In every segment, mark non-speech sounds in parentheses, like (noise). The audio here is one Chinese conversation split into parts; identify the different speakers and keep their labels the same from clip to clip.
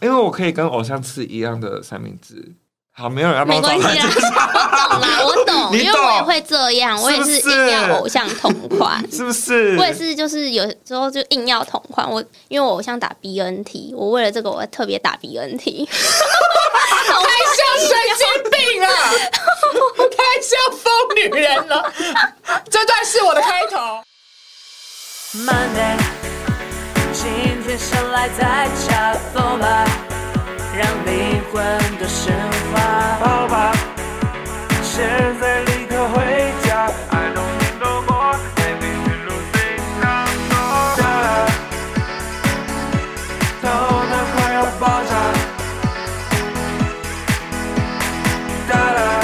Speaker 1: 我可以跟偶像吃一样的三明治。好，没有人要帮
Speaker 2: 没
Speaker 1: 我找
Speaker 2: 关系啊啦， (laughs) 我懂啦，我懂，
Speaker 1: 你
Speaker 2: 因为
Speaker 1: 懂
Speaker 2: 我也会这样，我也是
Speaker 1: 是不是。
Speaker 2: 硬要偶像同款
Speaker 1: (laughs) 是不是？
Speaker 2: 我也是，就是有时候就硬要同款。我因为我偶像打 BNT，我为了这个我还特别打 BNT。
Speaker 3: 太像神经病啊 (laughs) 了，太像疯女人了。这段是我的开头。
Speaker 4: Monday，今天想赖在家疯吧，让灵魂都升华。
Speaker 5: 好吧，现在立刻回家。I don't need no more, baby, you losing control. 头脑快要爆炸。哒啦，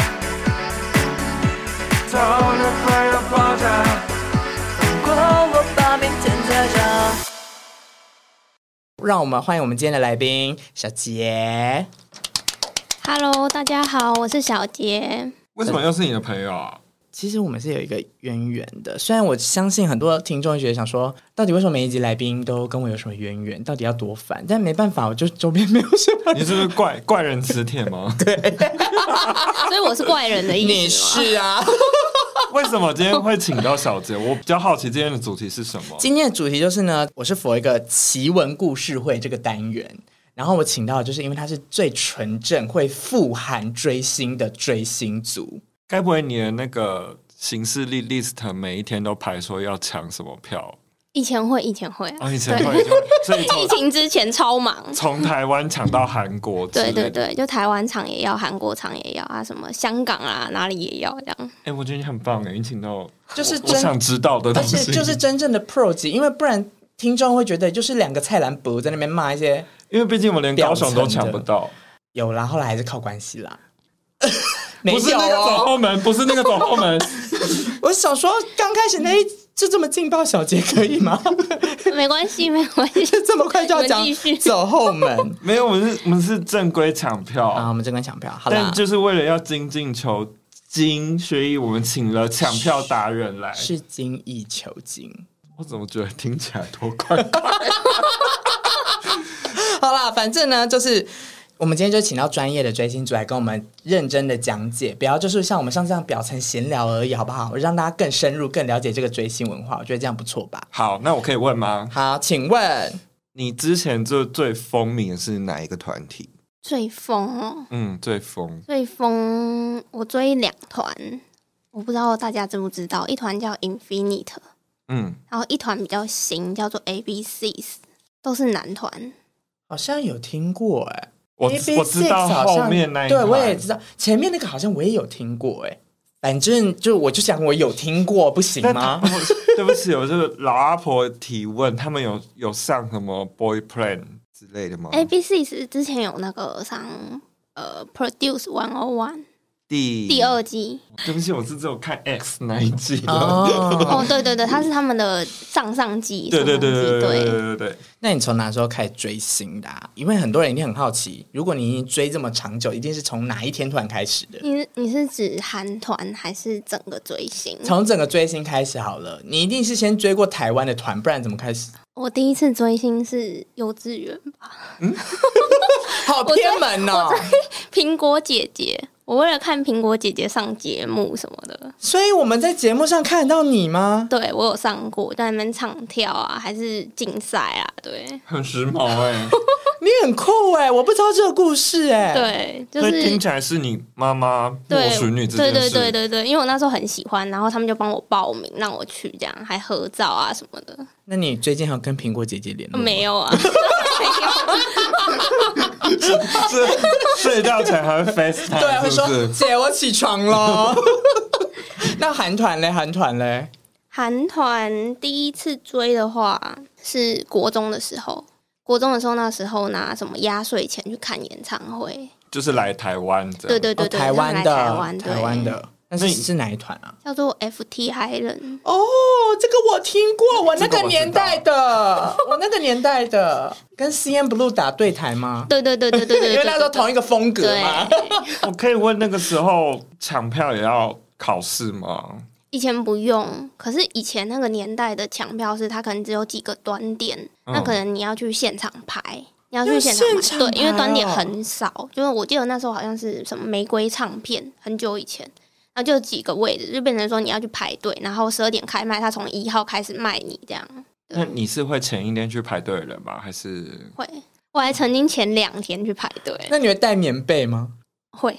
Speaker 5: 头脑快要爆炸。
Speaker 4: 如果我把明天再找。
Speaker 3: 让我们欢迎我们今天的来宾小杰。
Speaker 2: (laughs) Hello，大家好，我是小杰。
Speaker 1: 为什么又是你的朋友啊？
Speaker 3: 其实我们是有一个渊源的，虽然我相信很多听众会觉得想说，到底为什么每一集来宾都跟我有什么渊源，到底要多烦？但没办法，我就周边没有什么。
Speaker 1: 你是不是怪 (laughs) 怪人磁铁
Speaker 2: (laughs)
Speaker 1: 吗？对，
Speaker 2: 所以我是怪人的意思吗？
Speaker 3: 啊，
Speaker 1: 为什么今天会请到小杰？我比较好奇今天的主题是什么。
Speaker 3: 今天的主题就是呢，我是否一个奇闻故事会这个单元，然后我请到的就是因为他是最纯正会富含追星的追星族，
Speaker 1: 该不会你的那个行事历 list 每一天都排说要抢什么票？
Speaker 2: 以前会，以前会、啊，
Speaker 1: 哦，以前会就 (laughs) 所以
Speaker 2: 疫 (laughs)
Speaker 1: 从
Speaker 2: 情之前超忙。
Speaker 1: 从台湾抢到韩国之类
Speaker 2: 对
Speaker 1: 的，
Speaker 2: 对对，就台湾场也要，韩国场也要啊，什么香港啊，哪里也要这样。
Speaker 1: 哎、我觉得你很棒哎，你请到
Speaker 3: 就是
Speaker 1: 我
Speaker 3: 真
Speaker 1: 想知道的
Speaker 3: 而
Speaker 1: 东
Speaker 3: 且
Speaker 1: 西，
Speaker 3: 就是真正的 pro 级，因为不然听众会觉得就是两个菜篮伯在那边骂一些
Speaker 1: 因为毕竟我们连高雄都抢不到，
Speaker 3: 有啦，后来还是靠关
Speaker 1: (laughs)
Speaker 3: 系啦。没
Speaker 1: 不是
Speaker 3: 有
Speaker 1: 那个走
Speaker 3: 哦，
Speaker 1: 后门，不是那个走后门，
Speaker 3: 我想说刚开始那一就这么劲爆小节可以
Speaker 1: (laughs)
Speaker 3: 吗？
Speaker 2: 没关系，没关系，
Speaker 3: 这么快就要讲
Speaker 2: 你们继续
Speaker 3: 走后
Speaker 1: (laughs)
Speaker 3: 门
Speaker 1: (laughs) 没有，我们是我们是正规抢票，
Speaker 3: 啊？我们这边抢票，好啦
Speaker 1: 但，就是为了要精进求精，所以我们请了抢票达人来。
Speaker 3: 是精益求精。
Speaker 1: 我怎么觉得听起来多怪？
Speaker 3: (laughs) 好啦，反正呢，就是我们今天就请到专业的追星族来跟我们认真的讲解，不要就是像我们上次这样表层闲聊而已，好不好？让大家更深入、更了解这个追星文化，我觉得这样不错吧？
Speaker 1: 好，那我可以问吗？
Speaker 3: 好，请问
Speaker 1: 你之前就最风靡的是哪一个团体？
Speaker 2: (laughs) 最疯哦，
Speaker 1: 嗯，最疯
Speaker 2: 最疯，我追两团，我不知道大家知不知道，一团叫 Infinite，
Speaker 1: 嗯，
Speaker 2: 然后一团比较新，叫做 ABCs，都是男团。
Speaker 3: 好像有听过哎、
Speaker 1: 我
Speaker 3: AB6
Speaker 1: 我知道
Speaker 3: 好像
Speaker 1: 后面那一
Speaker 3: 对
Speaker 1: 团，
Speaker 3: 我也知道，前面那个好像我也有听过哎、反正就我就想我有听过，不行
Speaker 1: 但
Speaker 3: 吗
Speaker 1: 他？们 (laughs) 对不起，我就是老阿婆提问，他们有有上什么 boy plan 之类的吗？
Speaker 2: 哎 ABCs 之前有那个上呃 Produce One O One
Speaker 1: 第
Speaker 2: 第，二季，
Speaker 1: 对不起，我是只有看 X 那一季的。
Speaker 3: (laughs) 哦，
Speaker 2: 哦，对对对，它是他们的上上季，
Speaker 1: 对对对
Speaker 2: 上
Speaker 1: 对
Speaker 2: 上季
Speaker 1: 对对对对，
Speaker 3: 那你从哪时候开始追星的、啊？因为很多人一定很好奇，如果你已经追这么长久，一定是从哪一天突然开始的？
Speaker 2: 你是你是指韩团还是整个追星？
Speaker 3: 从整个追星开始好了，你一定是先追过台湾的团，不然怎么开始？
Speaker 2: 我第一次追星是幼稚园吧，
Speaker 3: 好偏门哦！
Speaker 2: 苹果姐姐。我为了看苹果姐姐上节目什么的，
Speaker 3: 所以我们在节目上看得到你吗？
Speaker 2: 对我有上过，在那边唱跳啊，还是竞赛啊，对
Speaker 1: 很时髦哎、
Speaker 3: 你很酷哎、我不知道这个故事哎、，
Speaker 2: 对，就
Speaker 1: 所以
Speaker 2: 是
Speaker 1: 听起来是你妈妈默
Speaker 2: 对
Speaker 1: 许你这件
Speaker 2: 对
Speaker 1: 事，
Speaker 2: 对对对对，因为我那时候很喜欢，然后他们就帮我报名，让我去这样，还合照啊什么的，
Speaker 3: 那你最近还有跟苹果姐姐联络？
Speaker 2: 没有
Speaker 3: (laughs)
Speaker 2: 啊，没有
Speaker 1: 是睡觉前还会 FaceTime，
Speaker 3: 对，啊会
Speaker 1: 是
Speaker 3: 说
Speaker 1: 不是
Speaker 3: 姐，我起
Speaker 1: (laughs)
Speaker 3: 床喽。那韩团嘞？韩团嘞？
Speaker 2: 韩团第一次追的话是国中的时候，国中的时候那时候拿什么压岁钱去看演唱会，
Speaker 1: 就是来台湾这
Speaker 2: 对
Speaker 1: 样。
Speaker 2: 对对
Speaker 3: 哦
Speaker 2: 对，
Speaker 3: 台湾
Speaker 2: 他
Speaker 3: 的，
Speaker 2: 们来台湾对
Speaker 3: 台湾的。但是是哪一团啊？
Speaker 2: 叫做 FT Highland，
Speaker 3: 哦，这个我听过，我那
Speaker 1: 这个我知道
Speaker 3: 个年代的，我那个年代的，跟 CN Blue 打对台吗？
Speaker 2: 对对对对对对，
Speaker 3: (laughs) 因为那时候同一
Speaker 2: 一
Speaker 3: 个风格
Speaker 2: 对，
Speaker 3: 嘛。
Speaker 1: 我可以问那个时候抢票也要考试吗？
Speaker 2: 以前不用，可是以前那个年代的抢票是它可能只有几个端点，那可能你要去现场排。你要去现场
Speaker 3: 要
Speaker 2: 买，
Speaker 3: 现场
Speaker 2: 对，因为
Speaker 3: 买
Speaker 2: 短点
Speaker 3: 哦
Speaker 2: 很少，就是我记得那时候好像是什么玫瑰唱片，很久以前，然后就有几个位置，就变成说你要去排队，然后十二点开卖，他从一号开始卖你这样。
Speaker 1: 那你是会前一天去排队的人吗？还是
Speaker 2: 会，我还曾经前两天去排队，
Speaker 3: (laughs) 那你会带棉被吗？
Speaker 2: 会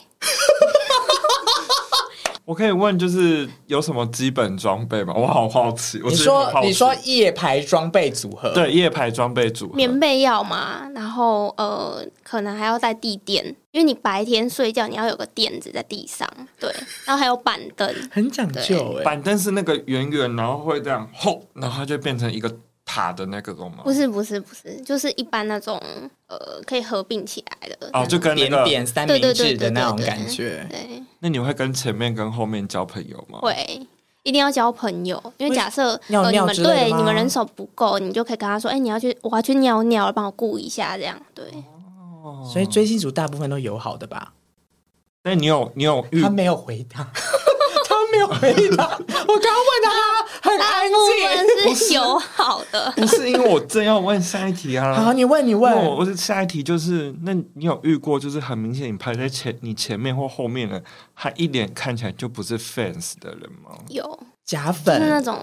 Speaker 1: 我可以问，就是有什么基本装备吗？我好好奇。我
Speaker 3: 你
Speaker 1: 真的很
Speaker 3: 说
Speaker 1: 好奇
Speaker 3: 你说夜排装备组合，，
Speaker 1: 对夜排装备组合
Speaker 2: 棉被要嘛，然后呃，可能还要带地垫，因为你白天睡觉你要有个垫子在地上，对，然后还有板凳，
Speaker 3: 很讲究哎、
Speaker 1: 板凳是那个圆圆，然后会这样吼，然后它就变成一个塔的那个种吗？
Speaker 2: 不是不是不是，就是一般那种呃可以合并起来的
Speaker 1: 哦，就跟那
Speaker 3: 扁
Speaker 1: 个。
Speaker 3: 扁三
Speaker 2: 对
Speaker 3: 明
Speaker 2: 对
Speaker 3: 治
Speaker 2: 对
Speaker 3: 的
Speaker 2: 对
Speaker 3: 那种
Speaker 2: 对对
Speaker 3: 感觉。
Speaker 2: 对，
Speaker 1: 那你会跟前面跟后面交朋友吗？。
Speaker 2: 会。一定要交朋友，因为
Speaker 3: 为
Speaker 2: 假设
Speaker 3: 尿
Speaker 2: 呃你
Speaker 3: 尿
Speaker 2: 们
Speaker 3: 之类的
Speaker 2: 对
Speaker 3: 吗
Speaker 2: 你们人手不够，你就可以跟他说，哎、你要去，我要去尿尿了，帮我顾一下，这样对。
Speaker 3: 所以追星族大部分都友好的吧？
Speaker 1: 那你有你有遇
Speaker 3: 他没有回答，嗯 (laughs) 他没有回答。我刚刚问他，很
Speaker 2: 大
Speaker 3: 安
Speaker 2: 部
Speaker 3: 静。
Speaker 2: 分是友好的， (laughs)
Speaker 1: 不是因为我正要问下一题
Speaker 3: (laughs) 好，
Speaker 1: 啊。
Speaker 3: 你问，你问
Speaker 1: 那。我我是下一题就是，那你有遇过就是很明显你排在前你前面或后面的，他一脸看起来就不是 fans 的人吗？
Speaker 2: 有
Speaker 3: 假
Speaker 2: 就是那
Speaker 3: 粉，
Speaker 2: 种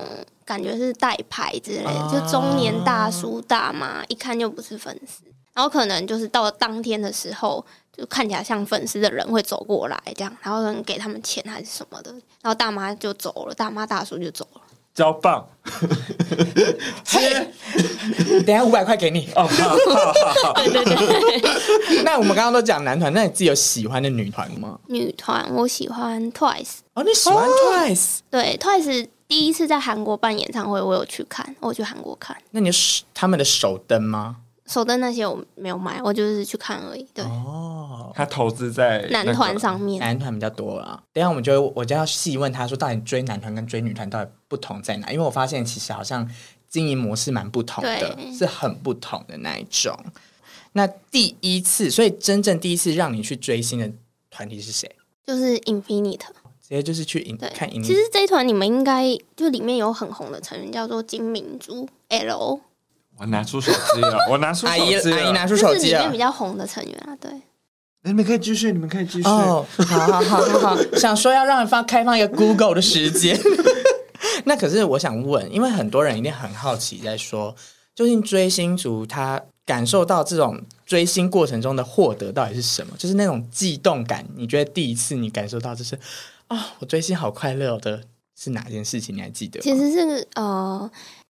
Speaker 2: 感觉是代牌之类的
Speaker 3: 啊，
Speaker 2: 就中年大叔大妈，一看就不是粉丝。然后可能就是到了当天的时候，就看起来像粉丝的人会走过来，这样，然后可能给他们钱还是什么的，然后大妈就走了，大妈大叔就走了。
Speaker 1: 交棒
Speaker 3: 等一下五百块给你。
Speaker 1: 哦，好好
Speaker 2: (laughs)
Speaker 1: 好好
Speaker 3: (laughs) 那我们刚刚都讲男团，那你自己有喜欢的女团吗？
Speaker 2: 女团我喜欢 Twice，
Speaker 3: 哦，你喜欢 Twice？、
Speaker 2: 对 Twice 第一次在韩国办演唱会，我有去看，我有去韩国看，
Speaker 3: 那你是他们的首登吗？
Speaker 2: 首登那些我没有买，我就是去看而已。对，
Speaker 3: 哦，
Speaker 1: 他投资在那个
Speaker 2: 男团上面，
Speaker 3: 男团比较多啦。等一下我们就会我就要细问他说，到底追男团跟追女团到底不同在哪？因为我发现其实好像经营模式蛮不同的，
Speaker 2: 对
Speaker 3: 是很不同的那一种。那第一次，所以真正第一次让你去追星的团体是谁？
Speaker 2: 就是 Infinite。
Speaker 3: 直接就是去影
Speaker 2: 对
Speaker 3: 看，影。
Speaker 2: 其实这一团你们应该就里面有很红的成员叫做金明珠 L，
Speaker 1: 我拿出手机了，我拿出
Speaker 3: 阿
Speaker 1: 手
Speaker 3: 姨
Speaker 1: 机
Speaker 3: 阿姨
Speaker 1: 了。
Speaker 3: 拿出
Speaker 2: 就
Speaker 3: 手
Speaker 2: 是里
Speaker 3: 机啊
Speaker 2: 面比
Speaker 3: 了。
Speaker 2: 较红的成员啊。对，
Speaker 1: 你们可以继续，你们可以继续。
Speaker 3: 哦，好好好好好，想说要让人放开放一个 Google 的时间。 (laughs) 那可是我想问，因为很多人一定很好奇，在说究竟追星族他感受到这种追星过程中的获得到底是什么？就是那种悸动感，你觉得第一次你感受到就是啊、我追星好快乐哦的是哪件事情？你还记得吗？
Speaker 2: 其实是呃，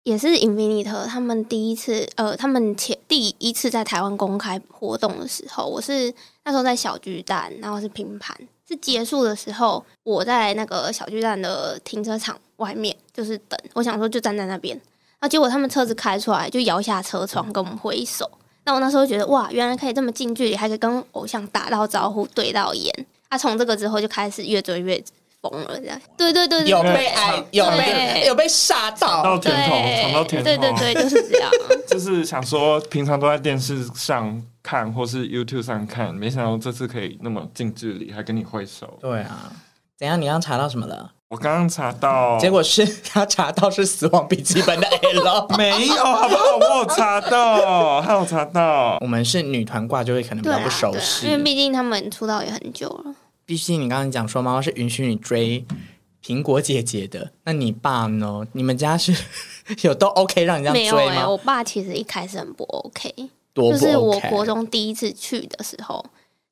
Speaker 2: 也是 Infinite 他们第一次呃，他们前第一次在台湾公开活动的时候，我是那时候在小巨蛋，然后是拼盘，是结束的时候，我在那个小巨蛋的停车场外面就是等，我想说就站在那边，然后结果他们车子开出来，就摇下车
Speaker 1: 嗯
Speaker 2: 窗跟我们挥手。那我那时候觉得哇，原来可以这么近距离，还可以跟偶像打到招呼、对到眼。啊，从这个之后就开始越追越疯了，这样。对对对对
Speaker 3: 有
Speaker 2: 对
Speaker 3: 被爱，有被
Speaker 2: 对
Speaker 3: 有被吓
Speaker 1: 到
Speaker 3: 到，
Speaker 1: 甜头，
Speaker 2: 对
Speaker 1: 尝到甜头。
Speaker 2: 对
Speaker 1: (laughs)
Speaker 2: 对对，就是这样。
Speaker 1: 就是想说，平常都在电视上看或是 YouTube 上看，没想到这次可以那么近距离，还跟你挥手。
Speaker 3: 对啊。怎样？你刚刚查到什么了？
Speaker 1: 我刚刚查到，
Speaker 3: 结果是 (laughs) 他查到是《死亡笔记本》的 L。
Speaker 1: 没有，好不好？哦我有查到，还有查到。
Speaker 3: 我们是女团挂，就会可能比
Speaker 2: 对
Speaker 3: 较
Speaker 2: 啊，
Speaker 3: 不熟
Speaker 2: 对啊
Speaker 3: 悉。
Speaker 2: 因为毕竟他们出道也很久了。
Speaker 3: 毕竟你刚刚讲说妈妈是允许你追苹果姐姐的，那你爸呢？你们家是 (laughs) 有都 OK 让你这
Speaker 2: 没
Speaker 3: 样
Speaker 2: 有
Speaker 3: 追
Speaker 2: 哎、
Speaker 3: 吗？
Speaker 2: 我爸其实一开始很不 OK，,
Speaker 3: 多不 OK？
Speaker 2: 就是我国中第一次去的时候，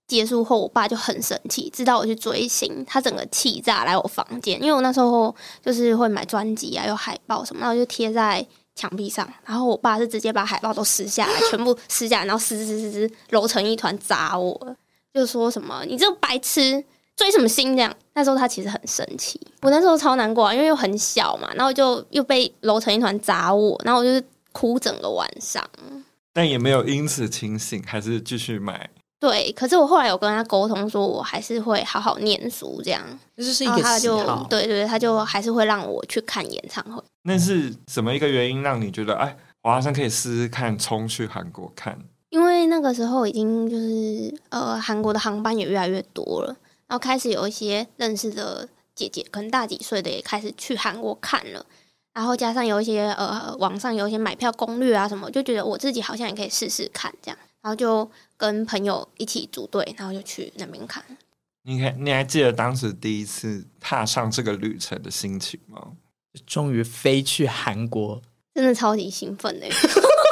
Speaker 2: 结束后我爸就很生气，知道我去追星，他整个气炸来我房间，因为我那时候就是会买专辑啊，有海报什么，然后就贴在。墙壁上，然后我爸是直接把海报都撕下来，全部撕下来，然后撕撕撕撕揉成一团砸我，就说什么“你这个白痴，追什么星”这样。那时候他其实很生气，我那时候超难过、啊，因为又很小嘛，然后就又被揉成一团砸我，然后我就是哭整个晚上。
Speaker 1: 但也没有因此清醒，还是继续买。
Speaker 2: 对，可是我后来有跟他沟通，说我还是会好好念书这样，
Speaker 3: 这就是一
Speaker 2: 然后
Speaker 3: 个
Speaker 2: 他
Speaker 3: 喜
Speaker 2: 就
Speaker 3: 好，
Speaker 2: 对对，对他就还是会让我去看演唱会。
Speaker 1: 那是什么一个原因让你觉得，哎，我好像可以试试看冲去韩国看？
Speaker 2: 因为那个时候已经就是呃，韩国的航班也越来越多了，然后开始有一些认识的姐姐，可能大几岁的也开始去韩国看了，然后加上有一些呃网上有一些买票攻略啊什么，就觉得我自己好像也可以试试看这样，然后就跟朋友一起组队，然后就去那边看。
Speaker 1: 你还你还记得当时第一次踏上这个旅程的心情吗？
Speaker 3: 终于飞去韩国，
Speaker 2: 真的超级兴奋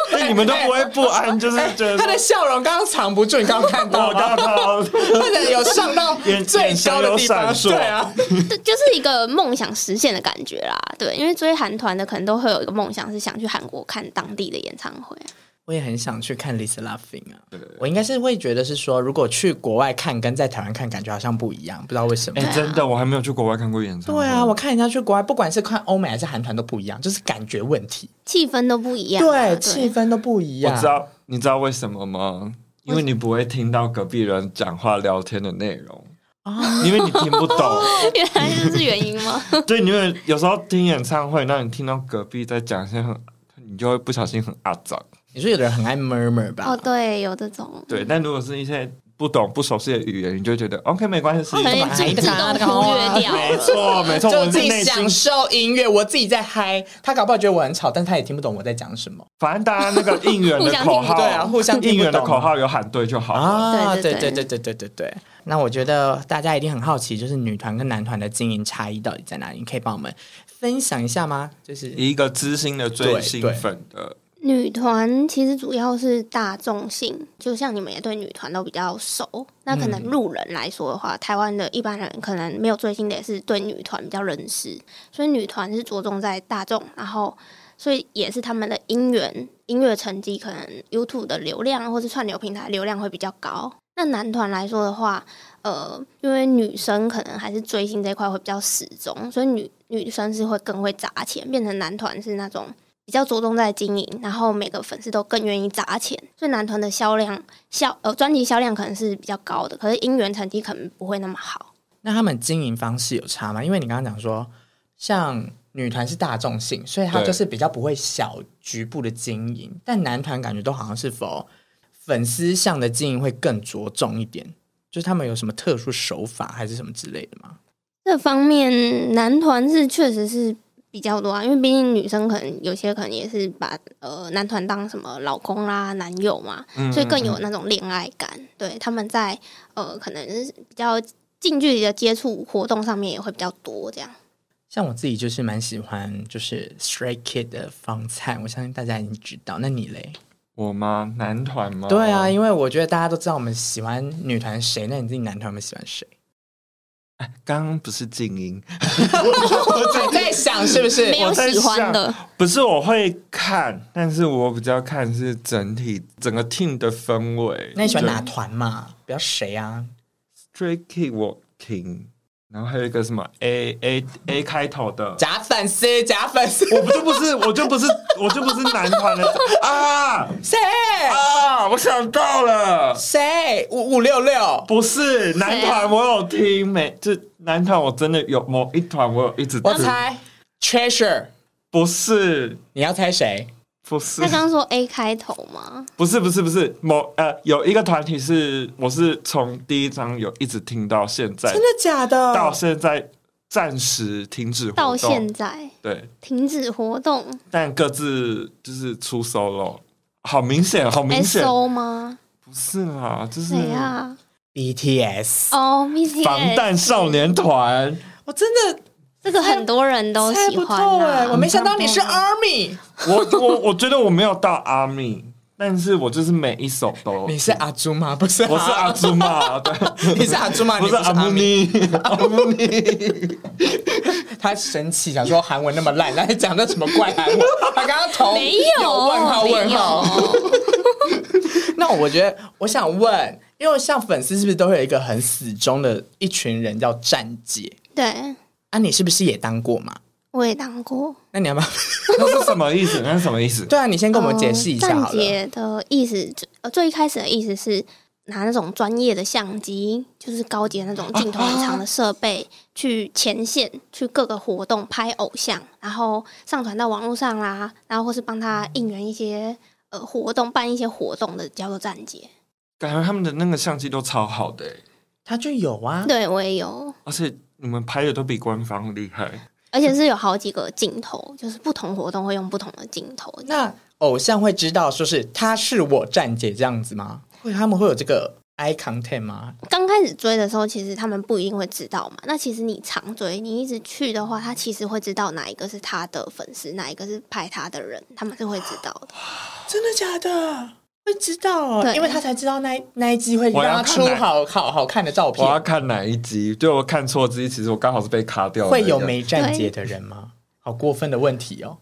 Speaker 2: 哎、
Speaker 1: 那、你们都不会不安，就是觉得
Speaker 3: (laughs) 他的笑容刚刚藏不住，你刚刚看到 (laughs)
Speaker 1: 我
Speaker 3: 吗？
Speaker 1: 刚到
Speaker 3: 他的有上到
Speaker 1: 眼
Speaker 3: 最高的
Speaker 1: 眼神有
Speaker 3: 地方，
Speaker 1: 闪烁
Speaker 3: 对啊，
Speaker 2: 对，就是一个梦想实现的感觉啦。对，因为追韩团的可能都会有一个梦想，是想去韩国看当地的演唱会。啊
Speaker 3: 我也很想去看 Lisa Laughing 啊，我应该是会觉得是说，如果去国外看跟在台湾看感觉好像不一样，不知道为什么
Speaker 1: 哎、。真的，我还没有去国外看过演唱会。
Speaker 3: 啊对啊，我看人家去国外，不管是看欧美还是韩团都不一样，就是感觉问题，
Speaker 2: 气氛都不一样啊，
Speaker 3: 对，气氛都不一样。
Speaker 1: 我知道，你知道为什么吗？因为你不会听到隔壁人讲话聊天的内容，
Speaker 3: 哦
Speaker 1: 因为你听不
Speaker 3: (laughs)
Speaker 1: 懂。
Speaker 2: (laughs) 原来就是原因吗？
Speaker 1: 对，因为有时候听演唱会，那你听到隔壁在讲一些很，你就会不小心很阿脏。
Speaker 3: 你说有的人很爱 murmur 吧？
Speaker 2: 哦，对，有这种，
Speaker 1: 对，
Speaker 3: 嗯
Speaker 1: 但如果是一些不懂不熟悉的语言，你就会觉得 OK 没关系，
Speaker 2: 哦可能
Speaker 3: 还
Speaker 2: 自
Speaker 3: 在
Speaker 2: 自
Speaker 3: 那
Speaker 2: 动
Speaker 3: 边
Speaker 2: 忽略掉
Speaker 1: 没
Speaker 2: 了。
Speaker 1: 错没错，我
Speaker 3: 就自
Speaker 1: 是
Speaker 3: 己
Speaker 1: 内
Speaker 3: 享
Speaker 1: 心。
Speaker 3: 受音乐，我自己在嗨，他搞不好觉得我很吵，但他也听不懂我在讲什么
Speaker 1: 反正大家那个应援
Speaker 2: 互
Speaker 1: 的
Speaker 2: 相
Speaker 1: 口
Speaker 2: 听不
Speaker 1: 号，
Speaker 2: 懂对
Speaker 3: 啊互相听
Speaker 1: 应
Speaker 3: 不
Speaker 1: 援的
Speaker 3: 懂
Speaker 1: 口号有喊对就好了。
Speaker 3: 啊！
Speaker 2: 对对
Speaker 3: 对对对对对对对。那我觉得大家一定很好奇，就是女团跟男团的经营差异到底在哪里？你可以帮我们分享一下吗？就是
Speaker 1: 以一个知心的最
Speaker 3: 对
Speaker 1: 兴
Speaker 3: 对
Speaker 1: 奋的，
Speaker 2: 女团其实主要是大众性，就像你们也对女团都比较熟，那可能路人来说的话，台湾的一般人可能没有追星的，也是对女团比较认识，所以女团是着重在大众，然后所以也是他们的音源音乐成绩，可能 YouTube 的流量或是串流平台流量会比较高。那男团来说的话，呃，因为女生可能还是追星这一块会比较始终，所以女女生是会更会砸钱，变成男团是那种比较着重在经营，然后每个粉丝都更愿意砸钱，所以男团的销量销呃专辑销量可能是比较高的，可是音源成绩可能不会那么好。
Speaker 3: 那他们经营方式有差吗？因为你刚刚讲说，像女团是大众性，所以它
Speaker 1: 对
Speaker 3: 就是比较不会小局部的经营，但男团感觉都好像是否粉丝向的经营会更着重一点，就是他们有什么特殊手法还是什么之类的吗？
Speaker 2: 这方面男团是确实是比较多啊，因为毕竟女生可能有些可能也是把呃男团当什么老公啦、男友嘛，
Speaker 1: 嗯
Speaker 2: 所以更有那种恋爱感。对，他们在呃可能是比较近距离的接触活动上面也会比较多这样。
Speaker 3: 像我自己就是蛮喜欢就是 Stray Kid 的方灿，我相信大家已经知道。那你嘞？
Speaker 1: 我吗？男团吗？
Speaker 3: 对啊，，因为我觉得大家都知道我们喜欢女团谁，那你自己男团们喜欢谁？
Speaker 2: (laughs)
Speaker 1: 刚刚不是静音，
Speaker 3: 我还在想是不是
Speaker 2: 没有
Speaker 1: 我在
Speaker 2: 喜欢
Speaker 1: 想
Speaker 2: 的，
Speaker 1: 不是我会看，但是我比较看是整体整个 team 的氛围。
Speaker 3: 那你喜欢哪团嘛？不要谁啊？
Speaker 1: 对？Stray Kid Walking，然后还有一个什么 A A A 开头的。
Speaker 3: 假粉丝，假粉丝，
Speaker 1: 我就不是，我就不是，我就不是男团
Speaker 3: (laughs)
Speaker 1: 的啊
Speaker 3: 谁
Speaker 1: 啊！我想到了，
Speaker 3: 谁五五六六？
Speaker 1: 不是男
Speaker 2: 谁啊
Speaker 1: 团，我有听每就男团，我真的有某一团，我有一直
Speaker 3: 我
Speaker 1: 听
Speaker 3: 猜 Treasure，
Speaker 1: 不是
Speaker 3: 你要猜谁？
Speaker 1: 不是，
Speaker 2: 他刚刚说 A 开头吗？
Speaker 1: 不是不是不是某呃有一个团体是我是从第一章有一直听到现在，
Speaker 3: 假的哦
Speaker 1: 到现在暂时停止活动，
Speaker 2: 到现在
Speaker 1: 对，
Speaker 2: 停止活动
Speaker 1: 但各自就是出 solo，好明显，好明显，
Speaker 2: ，SO 吗？
Speaker 1: 不是啦，
Speaker 3: 嗯
Speaker 1: 就是
Speaker 2: 谁啊？
Speaker 3: BTS，
Speaker 2: 哦，BTS，
Speaker 1: 防弹少年团，
Speaker 2: 哎
Speaker 3: 我真的
Speaker 2: 这个很多人都
Speaker 3: 猜
Speaker 2: 喜
Speaker 3: 不
Speaker 2: 欢啊
Speaker 3: 透哎，
Speaker 2: 啦
Speaker 3: 我没想到你是 Army，
Speaker 1: 我我我觉得我没有到阿密，但是我就是每一首都，
Speaker 3: 你是阿朱吗？不是，
Speaker 1: 我是阿，朱嘛，对，
Speaker 3: 你是阿朱吗？
Speaker 1: 不
Speaker 3: (laughs) 你
Speaker 1: 是阿
Speaker 3: 阿
Speaker 1: 木
Speaker 3: 咪。
Speaker 1: 尼，阿木尼，
Speaker 3: 他生气，想说韩文那么烂， (laughs) 他讲的什么怪韩文？他刚刚头
Speaker 2: 没有
Speaker 3: 问号问号。 (laughs) 那我觉得，我想问，因为像粉丝是不是都会有一个很死忠的一群人叫站姐
Speaker 2: 对，
Speaker 3: 啊？你是不是也当过嘛？
Speaker 2: 我也当过。
Speaker 3: 那你要不 (laughs) 要？
Speaker 1: 那是什么意思？那是什么意思？
Speaker 3: 对啊，你先跟我们解释一下
Speaker 2: 站
Speaker 3: 好了。
Speaker 2: 哦姐的意思，最呃最一开始的意思是拿那种专业的相机，就是高级的那种镜头很长的设备，去前线去各个活动拍偶像，然后上传到网络上啦，然后或是帮他应援一些呃活动，办一些活动的叫做站姐。
Speaker 1: 感觉他们的那个相机都超好的、欸，
Speaker 3: 他就有啊，
Speaker 2: 对我也有，
Speaker 1: 而且你们拍的都比官方厉害。
Speaker 2: 而且是有好几个镜头，就是不同活动会用不同的镜头。
Speaker 3: 那偶像会知道说是她是我站姐这样子吗？会他们会有这个 eye contact 吗？
Speaker 2: 刚开始追的时候，其实他们不一定会知道嘛。那其实你常追，你一直去的话，他其实会知道哪一个是他的粉丝，哪一个是拍他的人，他们是会知道的。
Speaker 3: 真的假的？会知道哦，
Speaker 2: 对
Speaker 3: 因为他才知道那一那一季会
Speaker 1: 我要
Speaker 3: 让他出
Speaker 1: 看哪
Speaker 3: 好好好看的照
Speaker 1: 我要
Speaker 3: 片。
Speaker 1: 看哪一集？对我看错集，其实我刚好是被卡掉的那
Speaker 3: 会
Speaker 1: 个。
Speaker 3: 有没站姐的人吗？好过分的问题哦！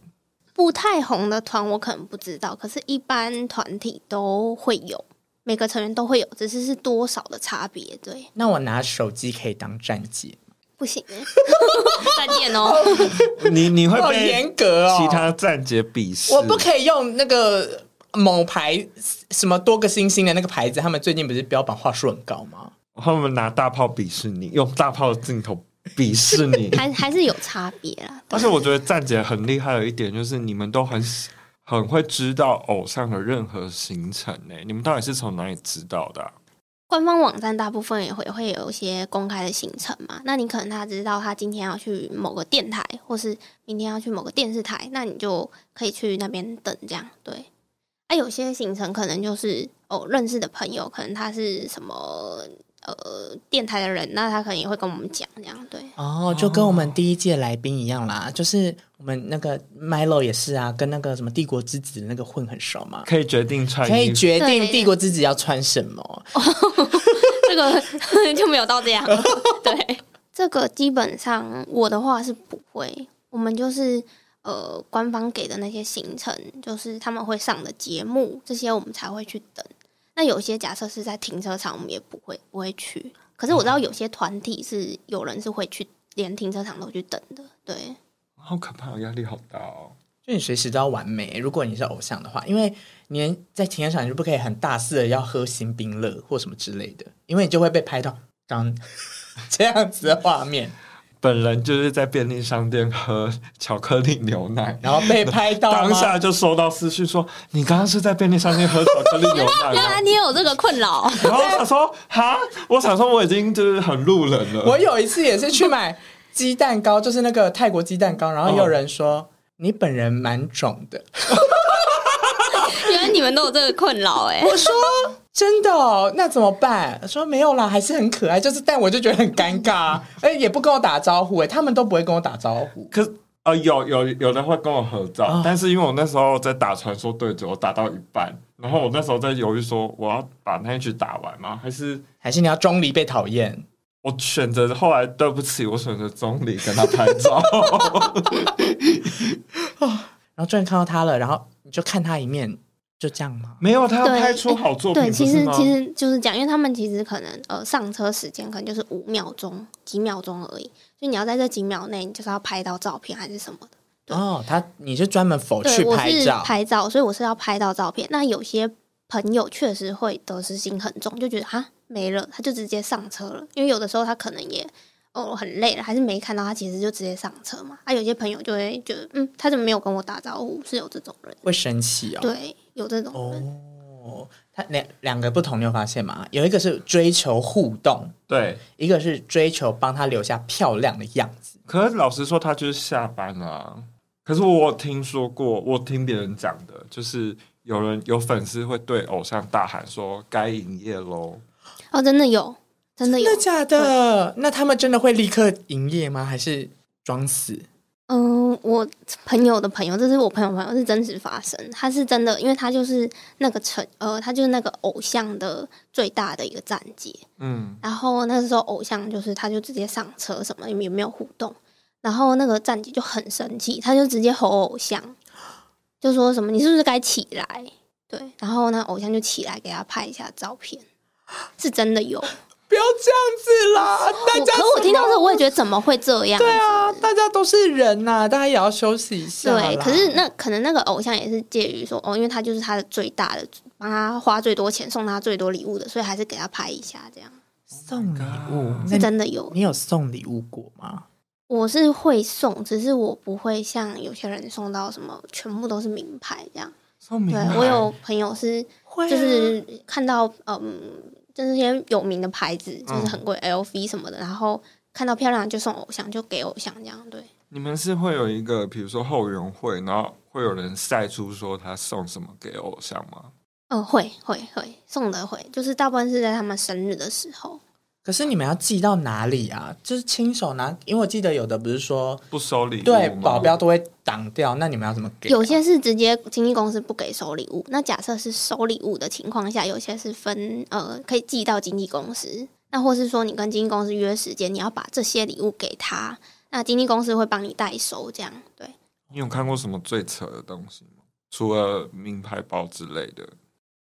Speaker 2: 不太红的团我可能不知道，可是一般团体都会有，每个成员都会有，只是是多少的差别。对，
Speaker 3: 那我拿手机可以当站姐，
Speaker 2: 不行、欸， (laughs) 再见哦。。
Speaker 1: 你你会
Speaker 3: 好
Speaker 1: 被
Speaker 3: 严格哦！
Speaker 1: 其他站姐鄙视？
Speaker 3: 我不可以用那个某牌什么多个星星的那个牌子，他们最近不是标榜话术很高吗？
Speaker 1: 他们拿大炮鄙视你，用大炮的镜头鄙视
Speaker 3: (laughs)
Speaker 1: 你
Speaker 2: 还还是有差别啦。
Speaker 1: 但是我觉得站姐很厉害的一点就是，你们都很很会知道偶像的任何行程呢、你们到底是从哪里知道的啊、
Speaker 2: 官方网站大部分也会会有一些公开的行程嘛，那你可能他知道他今天要去某个电台，或是明天要去某个电视台，那你就可以去那边等这样。对，啊，有些行程可能就是哦认识的朋友，可能他是什么呃电台的人，那他可能也会跟我们讲这样。对，
Speaker 3: 哦，就跟我们第一届来宾一样啦，就是我们那个 Milo 也是啊，跟那个什么帝国之子的那个混很熟嘛，
Speaker 1: 可以决定穿
Speaker 3: 可
Speaker 1: 衣
Speaker 3: 以
Speaker 1: 服。
Speaker 3: 决定
Speaker 2: 对
Speaker 3: 帝国之子要穿什么。
Speaker 2: (laughs) 这个就没有到这样。对， (laughs) 这个基本上我的话是不会，我们就是呃官方给的那些行程，就是他们会上的节目，这些我们才会去等。那有些假设是在停车场，我们也不会不会去。可是我知道有些团体是有人是会去，连停车场都去等的。对，
Speaker 1: 好可怕，压力好大哦！
Speaker 3: 就你随时都要完美。如果你是偶像的话，因为你连在停车场你就不可以很大肆的要喝新冰乐或什么之类的，因为你就会被拍到当 (laughs) 这样子的画面，
Speaker 1: 本人就是在便利商店喝巧克力牛奶，
Speaker 3: 然后被拍到吗
Speaker 1: (laughs) 当下就收到私讯说：“你刚刚是在便利商店喝巧克力牛 (laughs) 奶
Speaker 2: 原
Speaker 1: 吗？”
Speaker 2: 来啊你也有这个困扰。
Speaker 1: 然后我想说：“哈，我想说我已经就是很路人了。”
Speaker 3: (laughs) 我有一次也是去买鸡蛋糕，就是那个泰国鸡蛋糕，然后也有人说、你本人蛮肿的，
Speaker 2: (laughs) 原来你们都有这个困扰哎、
Speaker 3: 我说真的哦，那怎么办？说没有啦，还是很可爱，就是但我就觉得很尴尬， (laughs) 哎，也不跟我打招呼，哎，他们都不会跟我打招呼。
Speaker 1: 可是呃，有有有人会跟我合照，但是因为我那时候在打传说对决，我打到一半，然后我那时候在犹豫说，我要把那一局打完吗？还是
Speaker 3: 还是你要装离被讨厌？
Speaker 1: 我选择后来对不起，我选择钟离跟他拍照。
Speaker 3: 然后终于看到他了，然后你就看他一面，就这样吗？
Speaker 1: (laughs) 没有，他要
Speaker 2: 对
Speaker 1: 拍出好作品，
Speaker 2: 对，
Speaker 1: 不
Speaker 2: 其
Speaker 1: 是
Speaker 2: 实
Speaker 1: 吗
Speaker 2: 其实就是这样，因为他们其实可能呃上车时间可能就是五秒钟、几秒钟而已，所以你要在这几秒内，你就是要拍到照片还是什么的。对
Speaker 3: 哦，他你是专门
Speaker 1: 哦
Speaker 3: 否去
Speaker 2: 对，我
Speaker 3: 拍
Speaker 2: 是
Speaker 3: 照，
Speaker 2: 拍照，所以我是要拍到照片。那有些朋友确实会得失心很重，就觉得啊没了，他就直接上车了。因为有的时候他可能也哦很累了，还是没看到他，其实就直接上车嘛。啊，有些朋友就会觉得嗯，他怎么没有跟我打招呼？是有这种人，
Speaker 3: 会生气哦。
Speaker 2: 对，有这种人。
Speaker 3: 哦，他两两个不同，你有发现吗？有一个是追求互动，
Speaker 1: 对。
Speaker 3: 一个是追求帮他留下漂亮的样子。
Speaker 1: 可是老实说，他就是下班了、啊。可是我有听说过，我听别人讲的，就是有人有粉丝会对偶像大喊说：“该营业喽
Speaker 2: 哦，真的有，真的有，
Speaker 3: 真的假的？那他们真的会立刻营业吗？还是装死？
Speaker 2: 嗯，我朋友的朋友，这是我朋友朋友是真实发生，他是真的，因为他就是那个成呃，他就是那个偶像的最大的一个战绩。！”
Speaker 1: 嗯，
Speaker 2: 然后那个时候偶像就是他就直接上车，什么也没有互动，然后那个战绩就很生气，他就直接吼偶像，就说什么你是不是该起来？对，然后那偶像就起来给他拍一下照片，是真的有。我
Speaker 3: 不要这样子啦！大家
Speaker 2: 可我听到这，我也觉得怎么会这样？
Speaker 3: 对啊，大家都是人呐、大家也要休息一下啦。
Speaker 2: 对，可是那可能那个偶像也是介于说哦，因为他就是他的最大的，帮他花最多钱，送他最多礼物的，所以还是给他拍一下这样，
Speaker 3: 送礼物，
Speaker 2: 是
Speaker 3: 那你
Speaker 2: 真的有。
Speaker 3: 你有送礼物过吗？
Speaker 2: 我是会送，只是我不会像有些人送到什么全部都是名牌这样。
Speaker 1: 说明
Speaker 2: 对
Speaker 1: 白
Speaker 2: 我有朋友是
Speaker 3: 会啊
Speaker 2: 就是看到嗯，就是一些有名的
Speaker 3: 嗯
Speaker 2: 牌子，就是很贵 LV 什么的，然后看到漂亮就送偶像，就给偶像这样。对，
Speaker 1: 你们是会有一个，比如说后援会，然后会有人晒出说他送什么给偶像吗？
Speaker 2: 嗯、会会会送的会，就是大部分是在他们生日的时候。
Speaker 3: 可是你们要寄到哪里啊？就是亲手拿，因为我记得有的不是说
Speaker 1: 不收礼物
Speaker 3: 对
Speaker 1: 吗
Speaker 3: 保镖都会挡掉，那你们要怎么给啊、
Speaker 2: 有些是直接经纪公司不给收礼物，那假设是收礼物的情况下，有些是分呃可以寄到经纪公司，那或是说你跟经纪公司约时间，你要把这些礼物给他，那经纪公司会帮你代收，这样对。
Speaker 1: 你有看过什么最扯的东西吗？除了名牌包之类的，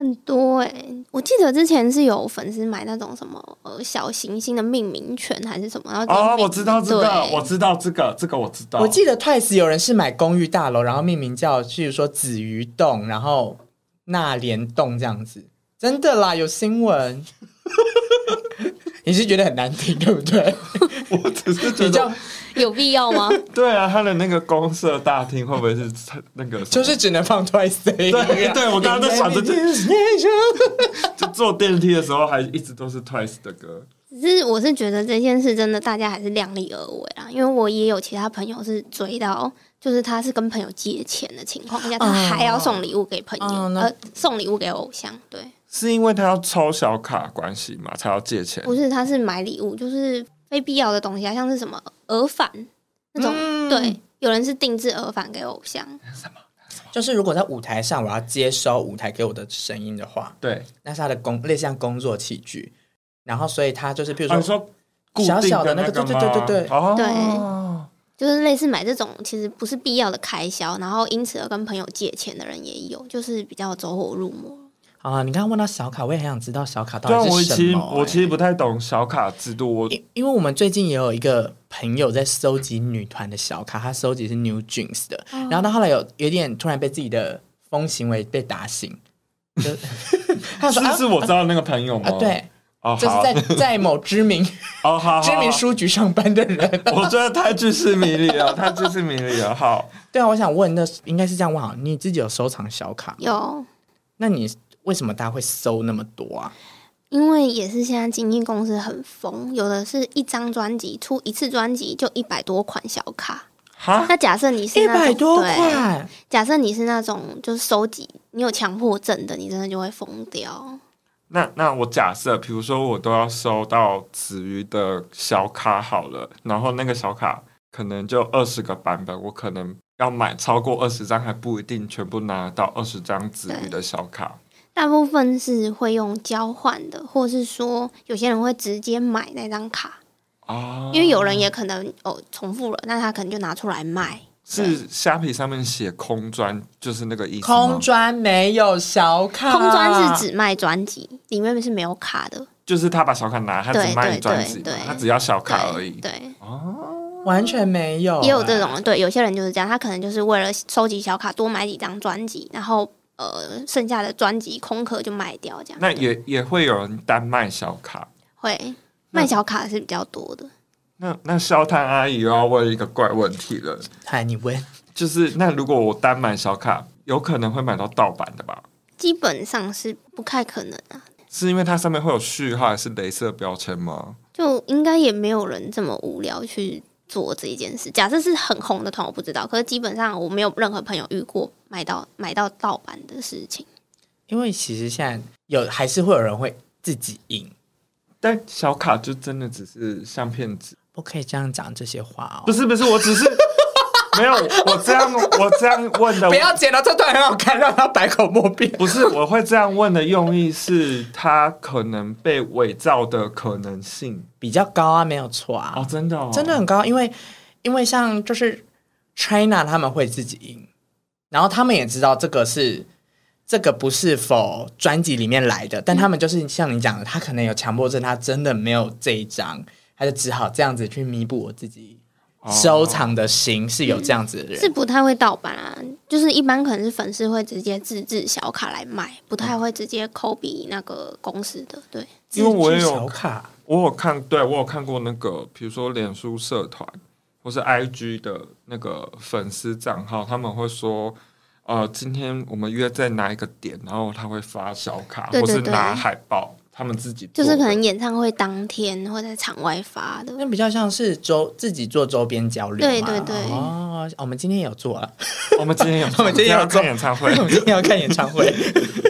Speaker 2: 很多哎、我记得之前是有粉丝买那种什么呃小行星的命名权还是什么，然后直接
Speaker 1: 哦，
Speaker 2: 命
Speaker 1: 我知道这个，
Speaker 2: 对
Speaker 1: 我知道这个，这个我知道。
Speaker 3: 我记得 Twice 有人是买公寓大楼，然后命名叫，譬如说子鱼洞，然后那莲洞这样子，真的啦，有
Speaker 1: (laughs)
Speaker 3: 新闻。你是觉得很难听，对不对？
Speaker 1: (laughs) 我只是觉
Speaker 3: 比
Speaker 1: 得
Speaker 3: 较，
Speaker 2: 有必要吗？
Speaker 1: 对啊，他的那个公社大厅会不会是那个什么？
Speaker 3: 就是只能放 Twice 的音乐。
Speaker 1: 对对我刚刚在想着这就坐电梯的时候还一直都是 Twice 的歌。
Speaker 2: 只是我是觉得这件事真的，大家还是量力而为啦。因为我也有其他朋友是追到，就是他是跟朋友借钱的情况下，他还要送礼物给朋友，
Speaker 3: 哦那
Speaker 2: 呃，送礼物给偶像。对，
Speaker 1: 是因为他要抽小卡关系嘛，才要借钱
Speaker 2: 不是他是买礼物，就是非必要的东西啊，像是什么耳返那种。
Speaker 3: 嗯
Speaker 2: 对，有人是定制耳返给偶像，
Speaker 3: 就是如果在舞台上我要接收舞台给我的声音的话，
Speaker 1: 对，
Speaker 3: 那是他的工类似像工作器具。然后，所以他就是，譬如
Speaker 1: 啊、
Speaker 3: 说
Speaker 1: 你，说固
Speaker 3: 小
Speaker 1: 定
Speaker 3: 小的
Speaker 1: 那
Speaker 3: 那个
Speaker 1: 吗
Speaker 3: 对对对对对
Speaker 1: 哦，
Speaker 2: 就是类似买这种其实不是必要的开销，然后因此而跟朋友借钱的人也有，就是比较走火入魔。
Speaker 3: 好啊，你刚刚问到小卡，我也很想知道小卡到
Speaker 1: 对啊，
Speaker 3: 底
Speaker 1: 我
Speaker 3: 是什么、
Speaker 1: 其实我
Speaker 3: 哎
Speaker 1: 其实不太懂小卡制度，我
Speaker 3: 因因为我们最近也有一个朋友在收集女团的小卡，她收集是 New Jeans 的，
Speaker 2: 嗯
Speaker 3: 然后她后来有有点突然被自己的疯行为被打醒，就 (laughs) 她说
Speaker 1: 是是
Speaker 3: 啊
Speaker 1: 我知道那个朋友吗？
Speaker 3: 啊，对，
Speaker 1: 哦，
Speaker 3: 就是
Speaker 1: 好，
Speaker 3: 在在某知名
Speaker 1: 哦， (laughs) 好，好
Speaker 3: 知
Speaker 1: 好
Speaker 3: 名。书局上班的人。
Speaker 1: 我觉得太具是迷离了，太具是迷离了。好，
Speaker 3: 对啊，我想问，那应该是这样问好，你自己有收藏小卡？
Speaker 2: 有，
Speaker 3: 那你为什么大家会收那么多啊？
Speaker 2: 因为也是现在经纪公司很疯，有的是一张专辑出一次专辑就一百多款小卡。
Speaker 1: 哈，
Speaker 2: 那假设你是
Speaker 3: 啊一
Speaker 2: 那种
Speaker 3: 百多
Speaker 2: 对，
Speaker 3: 块，
Speaker 2: 假设你是那种就是收集，你有强迫症的，你真的就会疯掉。
Speaker 1: 那那我假设，比如说我都要收到子瑜的小卡好了，然后那个小卡可能就二十个版本，我可能要买超过二十张，还不一定全部拿到二十张子瑜的小卡。
Speaker 2: 大部分是会用交换的，或是说有些人会直接买那张卡，
Speaker 1: 哦，
Speaker 2: 因为有人也可能哦重复了，那他可能就拿出来卖。
Speaker 1: 是虾皮上面写空专，就是那个意思吗
Speaker 3: 空专没有小卡，
Speaker 2: 空专是只卖专辑，里面是没有卡的，
Speaker 1: 就是他把小卡拿，他只
Speaker 2: 对
Speaker 1: 卖
Speaker 2: 对
Speaker 1: 你专辑嘛
Speaker 2: 对对，
Speaker 1: 他只要小
Speaker 2: 对
Speaker 1: 卡而已。
Speaker 2: 对，
Speaker 3: 完全没有、
Speaker 2: 也有这
Speaker 3: 哎
Speaker 2: 种人，对，有些人就是这样，他可能就是为了收集小卡，多买几张专辑，然后呃，剩下的专辑空壳就卖掉，这样
Speaker 1: 那也也会有人单卖小卡。
Speaker 2: 会卖小卡是比较多的。
Speaker 1: 那那消摊阿姨又要问一个怪问题了。
Speaker 3: 嗨，你问，
Speaker 1: 就是那如果我单买小卡，有可能会买到盗版的吧？
Speaker 2: 基本上是不太可能啊，
Speaker 1: 是因为它上面会有序号还是镭射标签吗？
Speaker 2: 就应该也没有人这么无聊去做这一件事。假设是很红的团，我不知道，可是基本上我没有任何朋友遇过买到买到盗版的事情。
Speaker 3: 因为其实现在有还是会有人会自己印，
Speaker 1: 但小卡就真的只是相片纸，
Speaker 3: 不可以这样讲这些话
Speaker 1: 不
Speaker 3: 哦。
Speaker 1: 是不是，我
Speaker 3: (laughs)
Speaker 1: 只是没有我这样我这样问的
Speaker 3: 不，要剪了，这段很好看，让他百口莫辩。
Speaker 1: 不是我会这样问的用意是它可能被伪造的可能性
Speaker 3: 比较高啊，没有错啊，
Speaker 1: 哦，真的、哦、
Speaker 3: 真的很高，因为因为像就是 China 他们会自己印，然后他们也知道这个是这个不是否专辑里面来的，但他们就是像你讲的，他可能有强迫症，他真的没有这一张，他就只好这样子去弥补我自己
Speaker 1: 哦
Speaker 3: 收藏的心，是有这样子的人。
Speaker 2: 是不太会盗版啊，就是一般可能是粉丝会直接自制小卡来卖，不太会直接抠比那个公司的。对，
Speaker 1: 因为我也有
Speaker 3: 小卡，
Speaker 1: 我有看，对我有看过那个，比如说脸书社团或是 IG 的那个粉丝账号，他们会说，呃，今天我们约在哪一个点，然后他会发小卡
Speaker 2: 对对
Speaker 1: 或是拿海报，他们自己做
Speaker 2: 就
Speaker 1: 的哦
Speaker 2: 是可能演唱会当天或在场外发的。
Speaker 3: 那比较像是周自己做周边交流嘛。
Speaker 2: 对对对
Speaker 3: 哦，我们今天有做了，
Speaker 1: 我们今
Speaker 3: (laughs)
Speaker 1: 天有
Speaker 3: 我们今天有
Speaker 1: 要
Speaker 3: 做
Speaker 1: 看演唱
Speaker 3: (laughs)
Speaker 1: 会
Speaker 3: 我，们今天要看演唱会。 (laughs)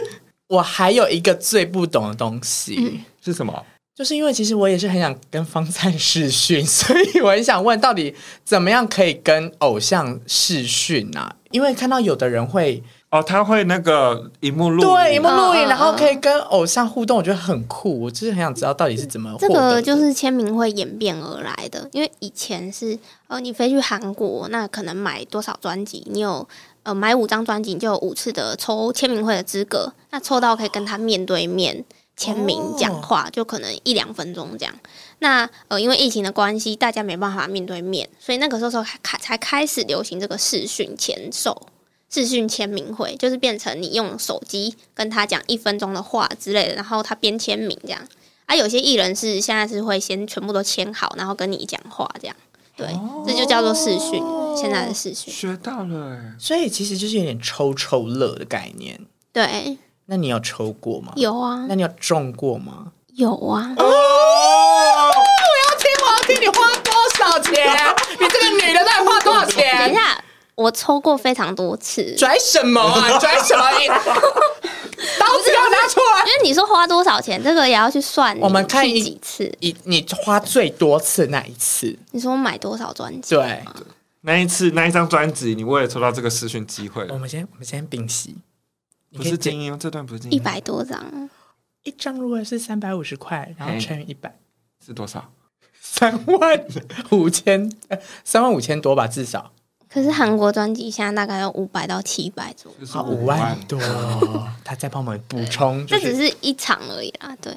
Speaker 3: 我还有一个最不懂的东西，
Speaker 2: 嗯
Speaker 1: 是什么？
Speaker 3: 就是因为其实我也是很想跟方灿试训， (laughs) 所以我很想问，到底怎么样可以跟偶像试训啊？因为看到有的人会
Speaker 1: 哦，他会那个荧幕录
Speaker 3: 对荧幕录
Speaker 2: 嗯
Speaker 3: 影，
Speaker 2: 嗯
Speaker 3: 然后可以跟偶像互动，我觉得很酷。我就是很想知道到底是怎么获
Speaker 2: 这
Speaker 3: 得
Speaker 2: 个
Speaker 3: 的
Speaker 2: 就是签名会演变而来的，因为以前是呃，你飞去韩国，那可能买多少专辑，你有呃买五张专辑，你就有五次的抽签名会的资格，那抽到可以跟他面对面签名
Speaker 3: 哦
Speaker 2: 讲话，就可能一两分钟这样。那呃，因为疫情的关系，大家没办法面对面，所以那个时候才开才开始流行这个视讯签售。视讯签名会就是变成你用手机跟他讲一分钟的话之类的，然后他边签名这样。啊，有些艺人是现在是会先全部都签好，然后跟你讲话这样。对，这就叫做视讯，现在的视讯。
Speaker 1: 学到了欸，
Speaker 3: 所以其实就是有点抽抽乐的概念。
Speaker 2: 对，
Speaker 3: 那你有抽过吗？。
Speaker 2: 有啊
Speaker 3: 那，你有中过吗？
Speaker 2: 有啊，
Speaker 3: 哦，我要听，我要听，你花多少钱？你这个女的到底花多少
Speaker 2: 等一
Speaker 3: 钱？
Speaker 2: 下，我抽过非常多次。因
Speaker 3: 拽什么 (laughs) 啊？拽什么？你刀子给我拿出来！
Speaker 2: 为你说花多少钱，这个也要去算。
Speaker 3: 我们看一
Speaker 2: 几次，
Speaker 3: 你你花最多次那一次，
Speaker 2: 你说买多少专辑？
Speaker 3: 对。
Speaker 1: 那一次那一张专辑，你为了抽到这个试训机会，
Speaker 3: 我们先我们先屏息，哦你
Speaker 1: 不
Speaker 3: 可以
Speaker 1: 是
Speaker 3: 剪
Speaker 1: 精英，这段不是精英，
Speaker 2: 一百多张，
Speaker 3: 一张，如果是三百五十块，然后
Speaker 1: 嘿
Speaker 3: 乘以一百，
Speaker 1: 是多少？
Speaker 3: 哎三万五千，三万五千多吧，至少
Speaker 2: 可是韩国专辑现在大概要五百到七百左右，
Speaker 1: 就是
Speaker 3: 好五
Speaker 1: 万
Speaker 3: 万。多。他再帮我们补充，就
Speaker 2: 这只是一场而已啦。对，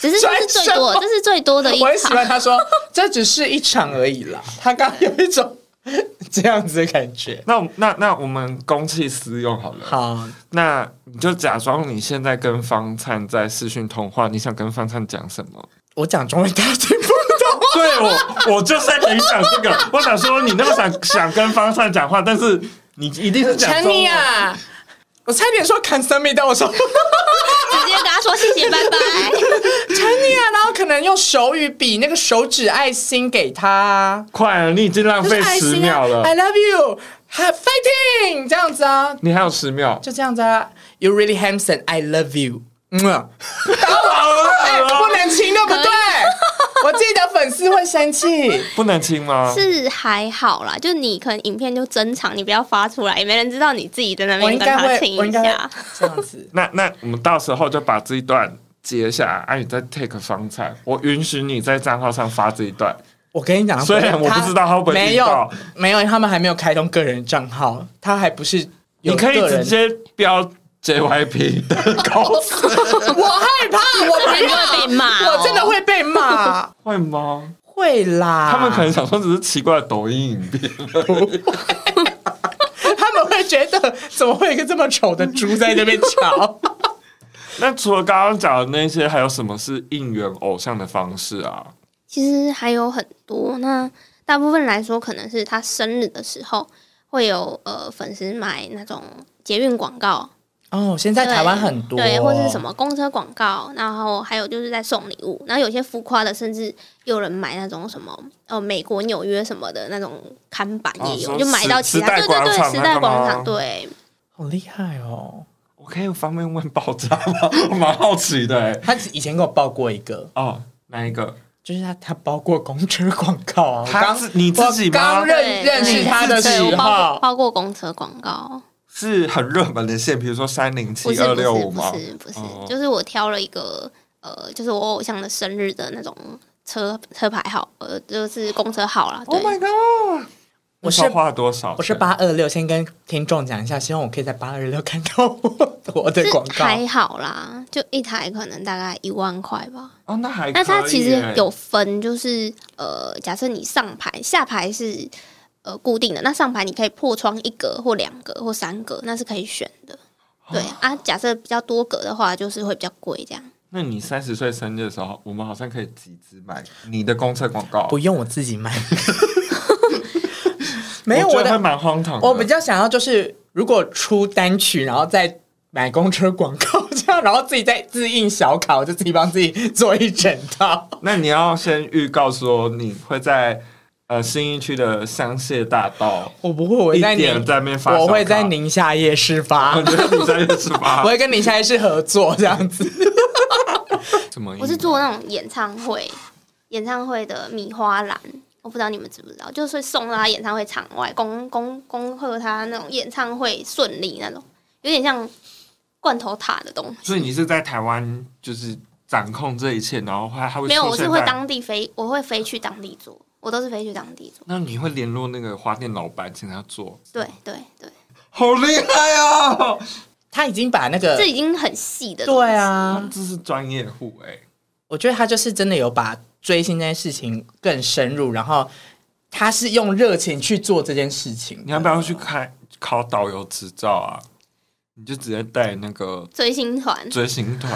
Speaker 2: 只是这是最多，
Speaker 3: 赚什么
Speaker 2: 这是最多的一
Speaker 3: 我很喜
Speaker 2: 场。
Speaker 3: 欢
Speaker 2: (laughs)
Speaker 3: 他说这只是一场而已啦。他刚刚有一种这样子的感觉。
Speaker 1: 那那那我们公器私用好了。
Speaker 3: 好，
Speaker 1: 那你就假装你现在跟方灿在视讯通话，你想跟方灿讲什么？
Speaker 3: 我讲中文大家听不
Speaker 2: (laughs)
Speaker 3: 懂。
Speaker 1: 对我，我就是在跟你讲这个。我想说，你那么想想跟方灿讲话，但是你一定是讲中文。
Speaker 3: 啊，我差点说 can s e me，但我说 (laughs)
Speaker 2: 直接跟他说谢谢，拜拜。
Speaker 3: 陈尼啊，然后可能用手语比那个手指爱心给他，
Speaker 1: 快了，你已经浪
Speaker 3: 就是
Speaker 1: 费
Speaker 3: 爱
Speaker 1: 十
Speaker 3: 心
Speaker 1: 秒
Speaker 3: 啊
Speaker 1: 了，
Speaker 3: ，I love you，还 fighting 这样子啊，
Speaker 1: 你还有十秒。
Speaker 3: 就这样子啊，You really handsome，I love you，嗯啊，哎，
Speaker 1: 哦
Speaker 3: 不能亲，对不对？我自己的粉丝会生气。
Speaker 1: 不能亲吗？。
Speaker 2: 是还好啦，就你可能影片就珍藏，你不要发出来，也没人知道你自己在那
Speaker 3: 我
Speaker 2: 边
Speaker 3: 应
Speaker 2: 跟
Speaker 3: 该
Speaker 2: 他
Speaker 3: 会
Speaker 2: 亲，
Speaker 3: 我应
Speaker 2: 一
Speaker 3: 该
Speaker 2: 下
Speaker 3: 会。这样子
Speaker 1: 那那我们到时候就把这一段截下来，啊，你再 take 方灿，我允许你在账号上发这一段。
Speaker 3: 我跟你讲，
Speaker 1: 虽然我
Speaker 3: 他
Speaker 1: 不知道他会不会
Speaker 3: 没
Speaker 1: 听到
Speaker 3: 有没有，他们还没有开通个人账号，他还不是有
Speaker 1: 你可以
Speaker 3: 个
Speaker 1: 直
Speaker 3: 人。
Speaker 1: 接标 JYP 的公司， (laughs)
Speaker 3: 我害怕，我
Speaker 2: 这
Speaker 3: 不
Speaker 2: 人就会被骂
Speaker 3: 要
Speaker 2: 哦
Speaker 3: (laughs) 我真的会被骂。
Speaker 1: 会吗？
Speaker 3: 会啦，
Speaker 1: 他们可能想说只是奇怪的抖音影片，
Speaker 3: 他们会觉得怎么会有一个这么丑的猪在那边
Speaker 1: (laughs)
Speaker 3: 吵？
Speaker 1: (laughs) 那除了刚刚讲的那些，还有什么是应援偶像的方式啊？
Speaker 2: 其实还有很多，那大部分来说，可能是他生日的时候会有呃粉丝买那种捷运广告，
Speaker 3: 哦，现在台湾很多
Speaker 2: 对，或是什么公车广告，然后还有就是在送礼物，然后有些浮夸的，甚至有人买那种什么呃美国纽约什么的那种看板
Speaker 1: 哦
Speaker 2: 也有，
Speaker 1: 说
Speaker 2: 就买到
Speaker 1: 时
Speaker 2: 其他
Speaker 1: 时代
Speaker 2: 对对
Speaker 1: 广场
Speaker 2: 对时代
Speaker 1: 那个
Speaker 2: 广
Speaker 1: 吗
Speaker 2: 场对。
Speaker 3: 好厉害哦！
Speaker 1: 我可以方便问爆炸吗？我蛮好奇的、欸。
Speaker 3: 他以前给我报过一个，
Speaker 1: (laughs) 哦，哪一个？
Speaker 3: 就是他他报过公车广告啊。我
Speaker 1: 他
Speaker 3: 刚
Speaker 1: 自你自己吗
Speaker 3: 我刚
Speaker 2: 对
Speaker 3: 认认识他的时
Speaker 2: 对我包
Speaker 3: 候
Speaker 2: 括，包括公车广告，
Speaker 1: 是很热门的线，比如说三零
Speaker 2: 不
Speaker 1: 七
Speaker 2: 是
Speaker 1: 二
Speaker 2: 不是
Speaker 1: 六五
Speaker 2: 不
Speaker 1: 吗？
Speaker 2: 是不是
Speaker 1: 哦，
Speaker 2: 就是我挑了一个呃，就是我偶像的生日的那种车车牌号，呃，就是公车号啦。对
Speaker 1: Oh my god！
Speaker 3: 我是
Speaker 1: 那时候花了多少？
Speaker 3: 我是，八二六，先跟听众讲一下，希望我可以在八二六看到我我的广
Speaker 2: 是
Speaker 3: 告。
Speaker 2: 还好啦，就一台可能大概一万块吧。
Speaker 1: 哦，那还可以耶
Speaker 2: 那它其实有分，就是呃，假设你上牌下牌是呃固定的，那上牌你可以破窗一格或两格或三格，那是可以选的。
Speaker 1: 哦
Speaker 2: 对啊，假设比较多格的话，就是会比较贵这样。
Speaker 1: 那你三十岁生日的时候，我们好像可以集资买你的公厕广告。
Speaker 3: 不用我自己买， (laughs) 没有
Speaker 1: 我
Speaker 3: 我
Speaker 1: 觉得会
Speaker 3: 的，
Speaker 1: 蛮荒唐的。
Speaker 3: 我比较想要就是如果出单曲，然后再买公车广告这样，然后自己再自印小卡，我就自己帮自己做一整套。
Speaker 1: 那你要先预告说你会在呃新一区的香榭大道，
Speaker 3: (laughs) 我不会，我会
Speaker 1: 一
Speaker 3: 在
Speaker 1: 点
Speaker 3: 宁，
Speaker 1: 在那边发小卡，
Speaker 3: 我会在宁夏夜市发
Speaker 1: 我，觉得 (laughs) 你在是吧？
Speaker 3: 我会跟宁夏夜市合作这样 (laughs) 子。
Speaker 1: 什么意思？
Speaker 2: 我是做那种演唱会，演唱会的米花篮，我不知道你们知不知道，就是送到他演唱会场外，恭恭恭贺他那种演唱会顺利那种，有点像罐头塔的东西。
Speaker 1: 所以你是在台湾就是掌控这一切，然后还还会
Speaker 2: 没有，
Speaker 1: 出
Speaker 2: 我是
Speaker 1: 现
Speaker 2: 会
Speaker 1: 在
Speaker 2: 当地飞，我会飞去当地做，我都是飞去当地做。
Speaker 1: 那你会联络那个花店老板，请他做，
Speaker 2: 对对对，
Speaker 1: 好厉害
Speaker 3: 啊
Speaker 1: 哦！
Speaker 3: 他已经把那个
Speaker 2: 这已经很细的东西。
Speaker 3: 对啊，
Speaker 1: 这是专业户哎、
Speaker 3: 我觉得他就是真的有把追星这件事情更深入，然后他是用热情去做这件事情
Speaker 1: 你。要不要去开考导游执照啊？你就直接带那个
Speaker 2: 追星团
Speaker 1: 追星
Speaker 2: (laughs)
Speaker 1: 团，